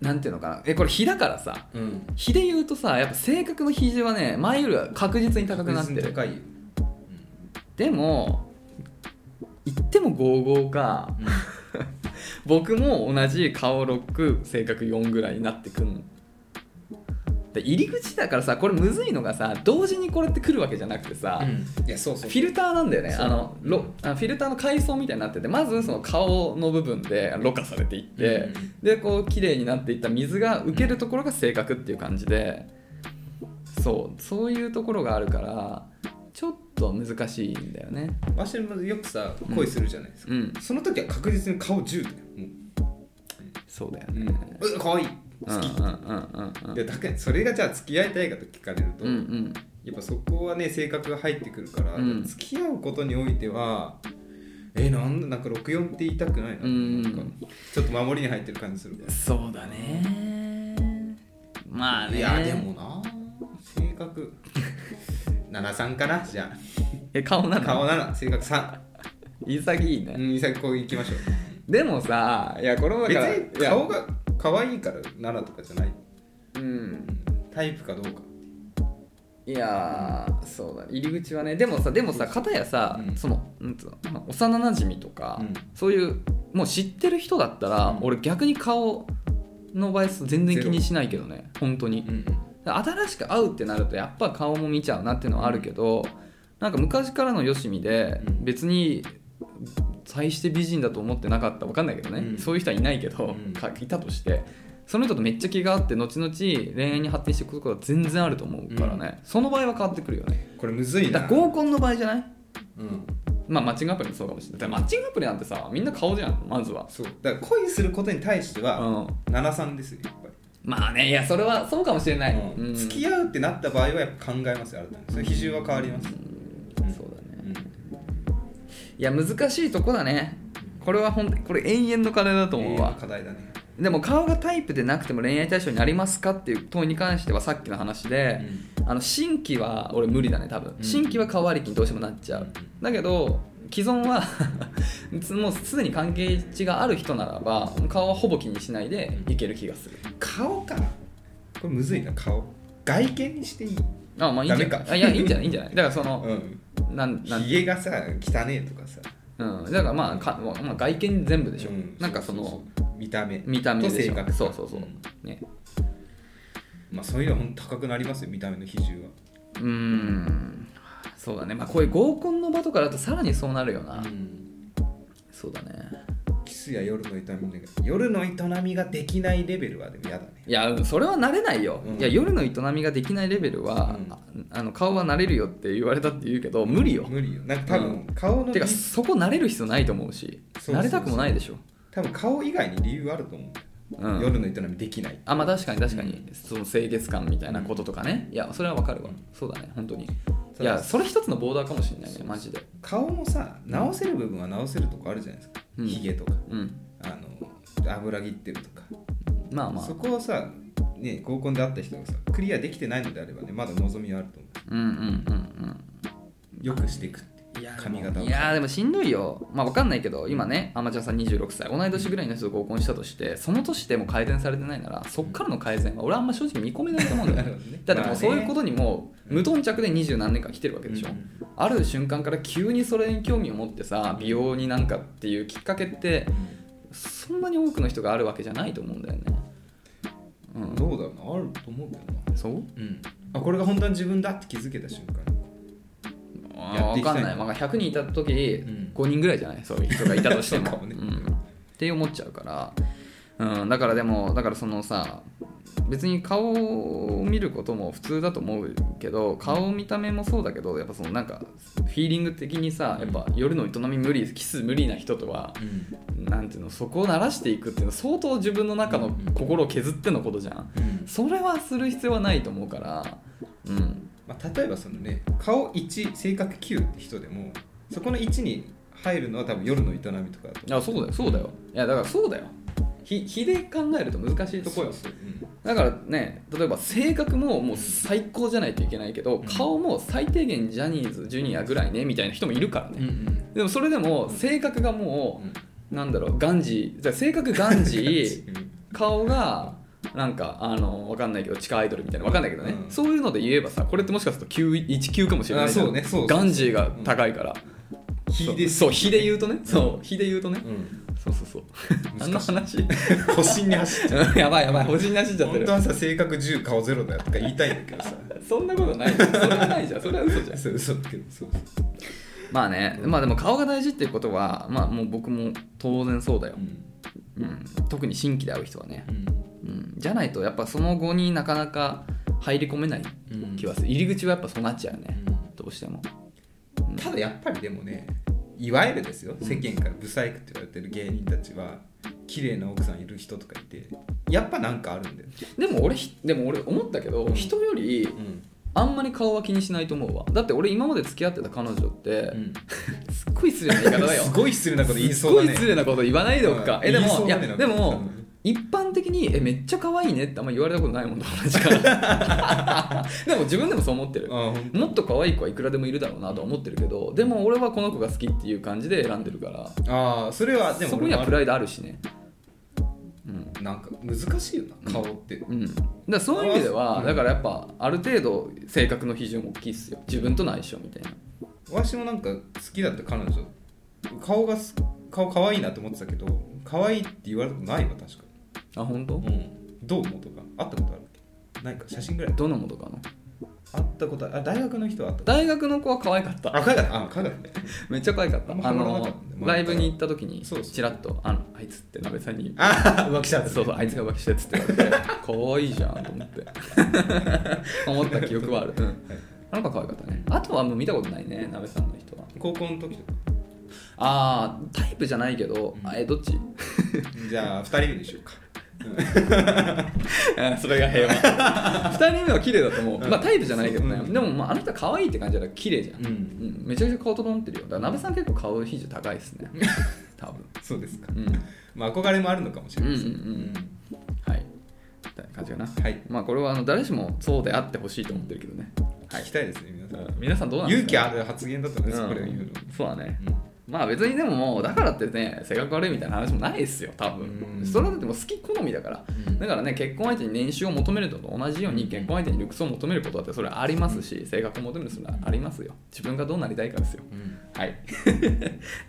S2: なんていうのかなえこれ比だからさ
S1: うん
S2: 比で言うとさやっぱ性格の比重はね前よりは確実に高くなって
S1: 確実に
S2: る
S1: 高いよ
S2: でも言っても55か
S1: うん
S2: 僕も同じ顔6性格4ぐらいになってくんで入り口だからさこれむずいのがさ同時にこれってくるわけじゃなくてさ、
S1: うんいやそう
S2: フ
S1: そう
S2: ィルターなんだよね
S1: そう
S2: あのろあフィルターの階層みたいになっててまずその顔の部分でろ過されていって、
S1: うんうん
S2: でこう綺麗になっていった水が受けるところが性格っていう感じでそうそういうところがあるからちょっと難しいんだよね
S1: わしもよくさ恋するじゃないですか、
S2: うん
S1: その時は確実に顔10だよも
S2: そうだよ
S1: う、う
S2: ね、
S1: ん、う可愛い
S2: うん、う
S1: 好
S2: ん
S1: き、
S2: うんうんうん
S1: でだけそれがじゃあ付き合いたいかと聞かれると、
S2: うんうん
S1: やっぱそこはね性格が入ってくるから、
S2: うん
S1: 付き合うことにおいてはえなんだなんか64って言いたくないな,、
S2: うん
S1: なんかちょっと守りに入ってる感じするから
S2: そうだねまあね
S1: いやでもな性格73かなじゃ
S2: え顔な
S1: あ
S2: の
S1: 顔7性格3
S2: 潔いね、
S1: うん潔く行きましょ
S2: でもさいやこれも
S1: う別
S2: だから
S1: に
S2: いや
S1: 顔が可愛いから7とかじゃない
S2: うん
S1: タイプかどうか
S2: いやーそうだ入り口はねでもさでもさ片やさ、
S1: うん
S2: そのなんつうのまあ幼なじみとか、
S1: うん
S2: そういうもう知ってる人だったら、
S1: うん
S2: 俺逆に顔の場合全然気にしないけどね本当に、
S1: ん
S2: 新しく会うってなるとやっぱ顔も見ちゃうなっていうのはあるけど、なんか昔からのよしみで
S1: うん
S2: 別に最して美人だと思ってなかったわかんないけどね、
S1: うん
S2: そういう人はいないけど、
S1: うん
S2: かいたとしてその人とめっちゃ気が合って後々恋愛に発展していくことが全然あると思うからね、その場合は変わってくるよね
S1: これむずい
S2: だか
S1: な
S2: ら合コンの場合じゃない
S1: うん
S2: まあマッチングアプリもそうかもしれないだからマッチングアプリなんてさみんな顔じゃんまずは
S1: そうだから恋することに対して
S2: う
S1: は
S2: ん
S1: 73ですよやっぱり
S2: まあねいやそれはそうかもしれない、
S1: うん
S2: うん
S1: 付き合うってなった場合はやっぱ考えますよ改めてそれ比重は変わります、
S2: うんそうだね
S1: うん
S2: いや難しいとこだねこれは本当にこれ永遠の課題だと
S1: 永
S2: 思
S1: 遠
S2: う
S1: の
S2: わ
S1: 課題だね、
S2: でも顔がタイプでなくても恋愛対象になりますかっていう問いに関してはさっきの話で、あの新規は俺無理だね多分
S1: うん
S2: 新規は顔ありきにどうしてもなっちゃ
S1: う
S2: う、
S1: ん
S2: だけど既存は もうすでに関係値がある人ならば顔はほぼ気にしないでいける気がする、
S1: 顔かこれむずいな顔外見にしていい
S2: あまあいいんじゃ
S1: ダ
S2: ない
S1: メか
S2: あいやいいんじゃないいいんじゃないだからそうの、
S1: ん
S2: なんなん
S1: ひげがさ汚ねえとかさ
S2: うん、だからまあか、まあ、外見全部でしょ、
S1: うん
S2: なんかその
S1: ううそう見た目
S2: 見た目で
S1: と
S2: し
S1: 性
S2: ょ
S1: 格
S2: そうそうそう、
S1: ん
S2: ね
S1: まあそういうのは本当高くなりますよ見た目の比重は
S2: うーんそうだねまあこういう合コンの場とかだとさらにそうなるよ
S1: う
S2: な、
S1: ん
S2: そうだね
S1: キスや夜の営みだけど夜の営みができないレベルはでも嫌だね
S2: いやうんそれは慣れないよ、
S1: うん
S2: いや夜の営みができないレベルは、
S1: うん
S2: ああの顔は慣れるよって言われたって言うけど無理よ
S1: 無理よなんか多分、顔の
S2: てか
S1: 美
S2: そこ慣れる必要ないと思うし
S1: そうそうそう
S2: 慣れたくもないでしょ
S1: 多分顔以外に理由あると思う、
S2: うん
S1: 夜の営みできない
S2: あまあ確かに確かに、
S1: う
S2: その清潔感みたいなこととかね、いやそれはわかるわ、そうだね本当にい
S1: そう
S2: やそれ一つのボーダーかもしれないねマジで
S1: 顔もさ直せる部分は直せるとこあるじゃないですか
S2: うん
S1: ひげ、とか
S2: うん
S1: あの油切ってるとか、
S2: まあまあ
S1: そこをさ、ね、合コンで会った人がさクリアできてないのであればねまだ望みはあると思
S2: うんうんうん
S1: うよくしていくって
S2: うんいや
S1: 髪型を
S2: いやでもしんどいよまあわかんないけど今ねアマチュアさん26歳同い年ぐらいの人と合コンしたとしてその年でも改善されてないならそっからの改善は俺はあんま正直見込めないと思うんだ
S1: な
S2: よ
S1: る
S2: ね
S1: ほどね
S2: だってもうそういうこととにもう無頓着で二十何年間来てるわけでしょ、ある瞬間から急にそれに興味を持ってさ美容になんかっていうきっかけってそんなに多くの人があるわけじゃないと思うんだよね。うん、
S1: どうだろうなあると思うけどな、
S2: そう
S1: うん、あこれが本当に自分だって気づけた瞬間や
S2: あ
S1: っ
S2: ー
S1: てい
S2: 分
S1: きた
S2: か
S1: い
S2: んない、まあ、100人いた時
S1: ん
S2: 5人ぐらいじゃないそ ういう人がいたとして
S1: そうか
S2: も。
S1: もね
S2: んって思っちゃうから、うん、だからでもだからそのさ別に顔を見ることも普通だと思うけど顔見た目もそうだけどやっぱそのなんかフィーリング的にさやっぱ夜の営み無理キス無理な人とは
S1: うん
S2: なんていうのそこを慣らしていくっていうのは相当自分の中の心を削ってのことじゃん
S1: うん
S2: それはする必要はないと思うからうん
S1: まあ、例えばそのね顔1性格9って人でもそこの1に入るのは多分夜の営みとかだと思う
S2: いやそうだよそうだよいやだからそうだよひ比で考えると難しいとこよ
S1: そうそう
S2: だからね例えば性格ももう最高じゃないといけないけど
S1: うん
S2: 顔も最低限ジャニーズジュニアぐらいねみたいな人もいるから
S1: うん
S2: ねでもそれでも性格がも
S1: うん
S2: うなんだろうガンジーじゃあ性格ガンジ ー
S1: うん
S2: 顔がなんかあのわかんないけど地下アイドルみたいなわかんないけどね、
S1: うん
S2: そういうので言えばさこれってもしかすると9 1級かもしれない
S1: あ
S2: じゃん
S1: そうねそうそう
S2: ガンジーが高いから、
S1: 比です
S2: そう比で言うとね、そう比で言うとね、
S1: うん
S2: そうそうそう あんな
S1: 難しい
S2: 話
S1: 保身に走っ
S2: やばいやばい星になしちゃって
S1: 本
S2: る
S1: 当はさ性格10顔0だよとか言いたいんだけどさ
S2: そんなことないじゃんそれはないじゃんそれは嘘じゃん
S1: そう嘘だけどそう
S2: まあねまあでも顔が大事っていうことはまあもう僕も当然そうだよ
S1: う、ん
S2: うん、特に新規で会う人はね、
S1: うん
S2: うん、じゃないとやっぱその後になかなか入り込めない
S1: うん
S2: 気はする入り口はやっぱそうなっちゃうね、
S1: うん
S2: どうしても
S1: ただやっぱりでもねいわゆるですよ世間からブサイクって言われてる芸人たちは綺麗な奥さんいる人とかいてやっぱなんかあるんだよ、
S2: でも俺ひでも俺思ったけど人より
S1: うん
S2: あんまり顔は気にしないと思うわだって俺今まで付き合ってた彼女って、
S1: うん、
S2: すっごい失礼な言い方 だよ
S1: すごい失礼なこと言いそうだね
S2: すっごい失礼なこと言わないでおくか、
S1: うん
S2: えでも
S1: 言いそう
S2: い
S1: だ
S2: や
S1: ね
S2: でも一般的にえめっちゃ可愛いねってあんま言われたことないもんと同じから でも自分でもそう思ってる
S1: あほん
S2: もっと可愛い子はいくらでもいるだろうなとは思ってるけどでも俺はこの子が好きっていう感じで選んでるから
S1: あーそれはでも
S2: そこにはプ
S1: イ
S2: ライドあるしねうん
S1: なんか難しいよな顔って、
S2: うん、だからそういう意味では、
S1: うん
S2: だからやっぱある程度性格の比重も大きいっすよ自分との相性みたいな
S1: 私もなんか好きだった彼女顔がす顔可愛いなと思ってたけど可愛いって言われたことないわ確か
S2: あ本当、
S1: うんどう思うとか会ったことあるっけないか写真ぐらい
S2: どのもとかの
S1: 会ったことあるあ大学の人は会ったこと
S2: 大学の子は可愛かった
S1: あかがあかが
S2: めっちゃ可愛かった
S1: あんま
S2: あ
S1: 変わらな
S2: の
S1: かったね前から
S2: ライブに行った時に
S1: そうそう
S2: チラッとあの「あいつ」って鍋さんに
S1: あ浮気し
S2: 「 そうそうあいつが浮気して」っつって言 われて「可愛いじゃん」と思って 思った記憶はある、うんなんか可愛かったねあとはもう見たことないね鍋さんの人は
S1: 高校の時とか
S2: ああタイプじゃないけど、あえどっち
S1: じゃあ2人目にしようか
S2: それが平和2 人目は綺麗だと思う、
S1: うん
S2: まあタイプじゃないけどね、
S1: うん
S2: でもまああの人は可愛いって感じだから綺麗じゃん、
S1: う
S2: うんんめちゃくちゃ顔整ってるよだから鍋さん結構顔比重高いです ね多分
S1: そうですか
S2: うん
S1: まあ憧れもあるのかもしれないですね
S2: うんうんはいみたいな感じかな
S1: うんはい
S2: まあこれはあの誰しもそうであってほしいと思ってるけどね、
S1: 聞きたいですね皆さん
S2: 皆さんどうなんです
S1: 勇
S2: か
S1: 気ある発言だったんです
S2: うん
S1: これを言うの
S2: そうだねまあ別にでももうだからってね性格悪いみたいな話もないですよ多
S1: うん
S2: 分それはだってもう好き好みだから
S1: うん
S2: だからね結婚相手に年収を求めるのと同じように結婚相手にルックスを求めることだってそれはありますし性格を求めるそれはありますよ自分がどうなりたいかですよはいっ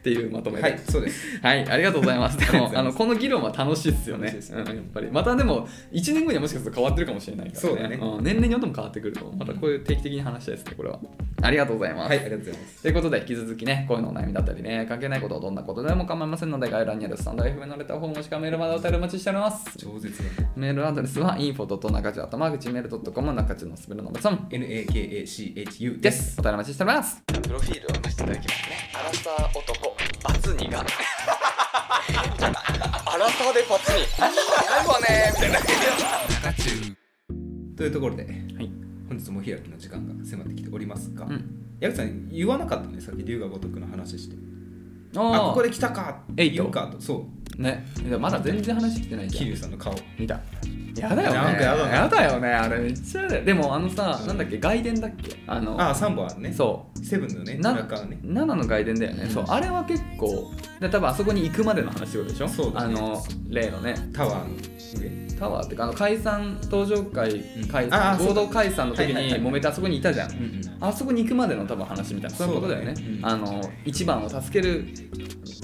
S2: ていうまと
S1: う
S2: め
S1: ん
S2: で
S1: は
S2: す
S1: いそうです
S2: はい、ありがとうございます。で
S1: ありがとう
S2: も
S1: ご、ざ
S2: あ
S1: いま
S2: の
S1: す
S2: この議論は楽しいですよね
S1: 楽しいです
S2: う
S1: ね
S2: ん。やっぱり、またでも、1年後にはもしかすると変わってるかもしれないから、ね。
S1: そうだね
S2: ん年齢によっても変わってくると、またこういう定期的に話したいですね、これは。ありがとうございます。
S1: はいありがとうございます
S2: ということで、引き続きね、恋のお悩みだったりね、関係ないことをどんなことでも構いませんので、概要欄にあるスタンド FM のレターフォームもしくはメールまでお便りお待ちしております。
S1: 超絶だ
S2: メールアドレスは info.nakachu.gmail.com 中地のすべるのべさん
S1: NAKACHU
S2: で
S1: です
S2: す。お便りお待ちしております。プロフィールを見せていただきますね。アラサー男、バツニが。とこでこっちにああこねみたいな
S1: というところで、
S2: はい
S1: 本日もお開きの時間が迫ってきておりますが、
S2: うん
S1: 矢口さん言わなかったねさっき龍が如くの話して
S2: あ
S1: あ
S2: あ
S1: ここで来たか
S2: エイト
S1: 言うかとそう
S2: ねでもまだ全然話してないじゃん
S1: 桐生さんの顔
S2: 見たやだよね
S1: なんかやだな
S2: よねあれめっちゃやだよでもあのさなんだっけ外伝だっけあの
S1: ああ3本あるね
S2: そ
S1: セブンの
S2: う
S1: ね
S2: な
S1: 中はね
S2: 7の外伝だよね、
S1: うん
S2: そうあれは結構で多分あそこに行くまでの話ってことでしょ
S1: そうだ
S2: あ
S1: ね
S2: の例のね
S1: タワーの上
S2: タワーっていうかあの解散登場会
S1: うん
S2: 解
S1: あ
S2: 散
S1: あそう
S2: 合同解散の時
S1: はいはい
S2: に
S1: はい
S2: 揉めてあそこにいたじゃん
S1: うん
S2: あそこに行くまでの多分話みたいなそういうことだよね
S1: そうだねうん
S2: あの1番を助ける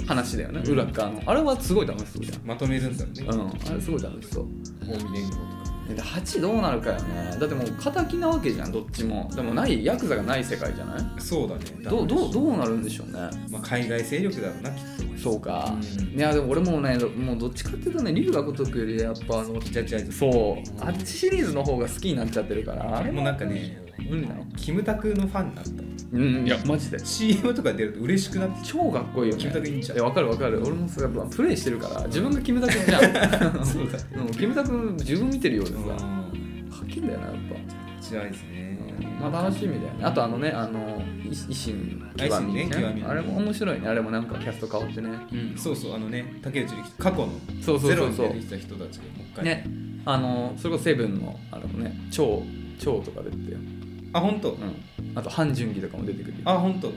S2: 話だよね裏っ側のあれはすごい楽しそうじゃん
S1: まとめるんだろうね
S2: うんあれすごい楽しそう
S1: 近江連合とか
S2: で8どうなるかよねだってもう敵なわけじゃんどっちもでもないヤクザがない世界じゃない
S1: そうだね
S2: どうどう
S1: う、
S2: どうなるんでしょうね
S1: まあ、海外勢力だろうなきっ
S2: そうか、
S1: うん
S2: いやでも俺もねどもうどっちかっていうとね龍が如くよりやっぱあの
S1: とジャッジアイズ
S2: そうあっちシリーズの方が好きになっちゃってるからあれ
S1: もうなんかね
S2: 無理なの
S1: キムタクのファンになった
S2: うんいやマジで
S1: CM とか出ると嬉しくなって
S2: 超かっこいいよね
S1: キムタクいいんじゃん
S2: いやわかるわかる俺もそれやっぱプレイしてるから自分がキムタクじ ゃん
S1: そうだね
S2: うんキムタク自分見てるようでさか
S1: ジ
S2: っけえんだよなやっぱ
S1: ャッジアイズね
S2: まあ楽しみだよねあとあのねあの維維新
S1: あ維新ね極み
S2: あれも面白いねあれもなんかキャスト変わってね
S1: うんそうそうあのね竹内力過去の
S2: そうそう
S1: ゼ
S2: そ
S1: ロ
S2: う
S1: に
S2: そ
S1: 出てき
S2: う
S1: た人たちがもう一回
S2: ねあのそれこそセブンのあれもね超超とか出てたよ、
S1: あ本当
S2: うん、あと半純義とかも出てくるよ
S1: あ本当
S2: ん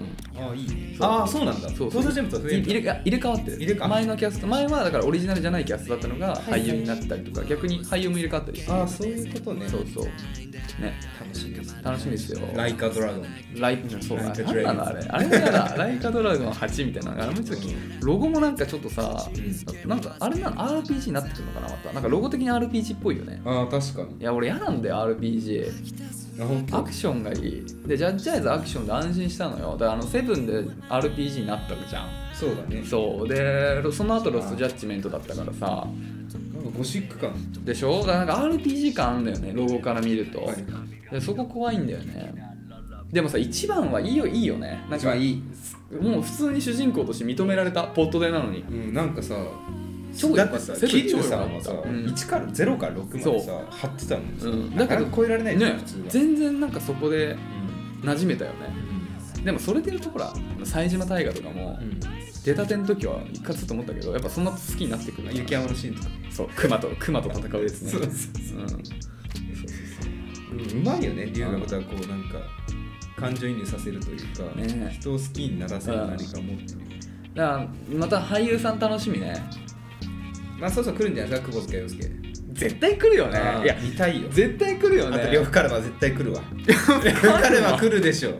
S1: あいいね
S2: そう
S1: あそうなんだ
S2: そう
S1: 登
S2: そう
S1: 場人物は増え
S2: い
S1: るんだ
S2: 入れ替入れ替わってる
S1: 入れ替わ
S2: 前のキャスト前はだからオリジナルじゃないキャストだったのが
S1: はい
S2: 俳優になったりとか、逆に俳優も入れ替わったりして
S1: あそういうことね
S2: そうそうね
S1: 楽しみです
S2: 楽しみですよ
S1: ライカドラゴン
S2: ライそう
S1: ライ
S2: あ
S1: カ
S2: な
S1: ドラゴン
S2: んなのあれあれもやだライカドラゴン8みたいなのがあれもちょっとロゴもなんかちょっとさ
S1: う
S2: なんかあれなの RPG になってくるのかなまたなんかロゴ的に RPG っぽいよね
S1: あ確かに
S2: いや俺嫌なんだよ RPG
S1: あ本
S2: アクションがいいでジャッジアイズアクションで安心したのよだからあのセブンで RPG になったじゃん
S1: そうだね
S2: そうでその後ロストジャッジメントだったからさ
S1: なんかゴシック感
S2: でしょだからなんか RPG 感あるんだよねロゴから見ると、
S1: はい
S2: でそこ怖いんだよねでもさ1番はいいよいいよねなん
S1: 一
S2: か
S1: 番いい
S2: もう普通に主人公として認められたポットでなのに
S1: うんなんかさ
S2: 超良
S1: だ
S2: かっ
S1: って
S2: た
S1: さ
S2: セブン
S1: 桐生さんはさ
S2: 超良かったうん
S1: 1から0から6までさ貼ってたもん
S2: う
S1: ね
S2: ん
S1: だか
S2: だ
S1: ら
S2: けど
S1: 超えられないじゃん
S2: ね
S1: 普通は
S2: 全然なんかそこで
S1: うん
S2: 馴染めたよねでもそれでいうとほら冴島大河とかも
S1: うん
S2: 出たての時は一括と思ったけどやっぱそんな好きになってくる
S1: 雪山のシーンとか
S2: そう熊と熊と戦うですね
S1: そうそう
S2: うんそうそう
S1: うんうまいよね龍がまたこうなんか感情移入させるというか
S2: ね
S1: 人を好きにならせる何か持ってる
S2: だからまた俳優さん楽しみね
S1: まあそうそう来るんじゃないですか久保塚洋介
S2: 絶対来るよね
S1: あ
S2: いや
S1: ー見たいよ
S2: 絶対来るよ
S1: あ
S2: ね
S1: と呂布カルマ絶対来る わ呂布カルマ来るでしょう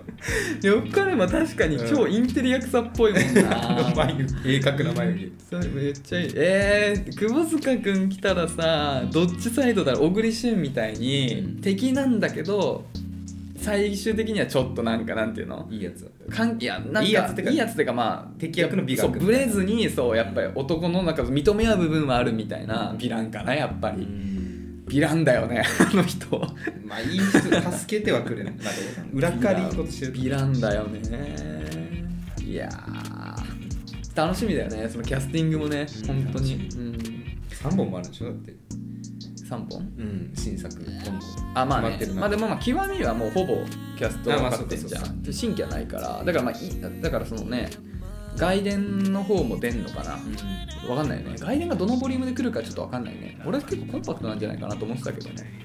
S2: 呂布カルマ確かに超インテリ役者っぽいもん な、
S1: 眉鋭角な眉毛
S2: それめっちゃいいえー、窪塚君来たらさどっちサイドだろう小栗旬みたいに敵なんだけど最終的にはちょっとなんかなんていうの
S1: いいやつだった
S2: 関係やなんか
S1: いいやつってか
S2: いいやつってかまあ
S1: 敵役の美学
S2: そうブレずにそうやっぱり男の中で認め合う部分はあるみたいなヴィランかなやっぱりヴィランだよねあの人
S1: まあいい人助けてはくれないまあでも裏っかりいいことしてる
S2: ヴィランだよねいやー楽しみだよねそのキャスティングもね
S1: うん
S2: 本当に、
S1: 楽
S2: うん、
S1: 3本もあるでしょだって
S2: 3本
S1: うん新作今度
S2: あまあ、ね
S1: 決まってるな
S2: まあ、でもまあ極みはもうほぼキャスト
S1: あ
S2: が
S1: まあ
S2: 分かってんじゃ
S1: そうん
S2: で新規はないからだからまあいだからそのね外伝の方も出んのかな分かんないよね外伝がどのボリュームで来るかちょっと分かんないね俺は結構コンパクトなんじゃないかなと思ってたけどね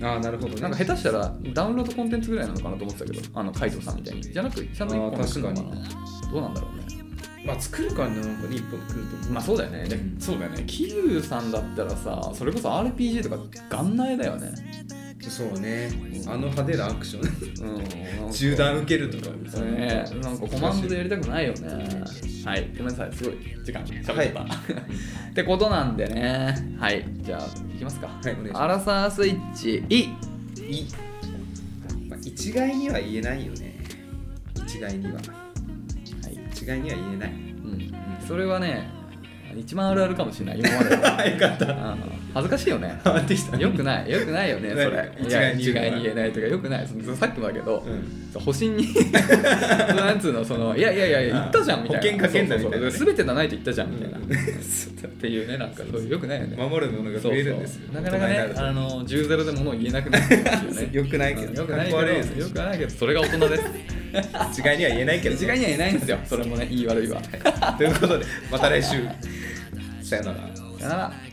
S1: ああなるほど
S2: なんか
S1: 下
S2: 下手したらダウンロードコンテンツぐらいなのかなと思ってたけどあの海藤さんみたいにじゃなくちゃんと1本作るのかなどうなんだろうね
S1: 手まあ作るからねなんかね一本来ると思
S2: まあそうだよね、で
S1: うん
S2: そうだよね桐生さんだったらさそれこそ RPG とかガンナエだよね
S1: うそうねあの派手なアクション
S2: うん
S1: 銃弾受けるとか
S2: ねなんかコマンドでやりたくないよねはいごめんなさいすごい時間しゃべった、
S1: は
S2: ってことなんでねはいじゃあいきますか
S1: いお願いします
S2: アラサースイッチい
S1: いまあ一概には言えないよね一概には
S2: はい
S1: 一概には言えない
S2: うん、それはね一番あるあるかもしれない今ま では
S1: よかった
S2: うん恥ずかしいよね
S1: 変わってきた
S2: よくないよくないよねそれ
S1: 何
S2: いや
S1: 一
S2: 一
S1: 概
S2: 概
S1: に
S2: に
S1: 言う
S2: 言え
S1: の
S2: ないとかよくないそのさっきもだけど、
S1: うん
S2: そう保身に なんつうのそのいやいやいや言ったじゃんみたいな
S1: 保険かけんなみたいなね
S2: そうそうそう全てがないと言ったじゃんみたいな、
S1: う
S2: うんんっていうねなんかそういうよくないよね
S1: 守るものが増えるんですよ
S2: そうそうなかなかねあの10ゼロで物を言えなくなるっていう ね
S1: よくないけど
S2: うんよくないけ
S1: かっこ悪
S2: ど
S1: い ですね
S2: よくないけどそれが大人 です
S1: 一概には言えない けど
S2: 一概には言えないんですよ それもねいい悪いは
S1: ということでまた来週さよなら
S2: さよなら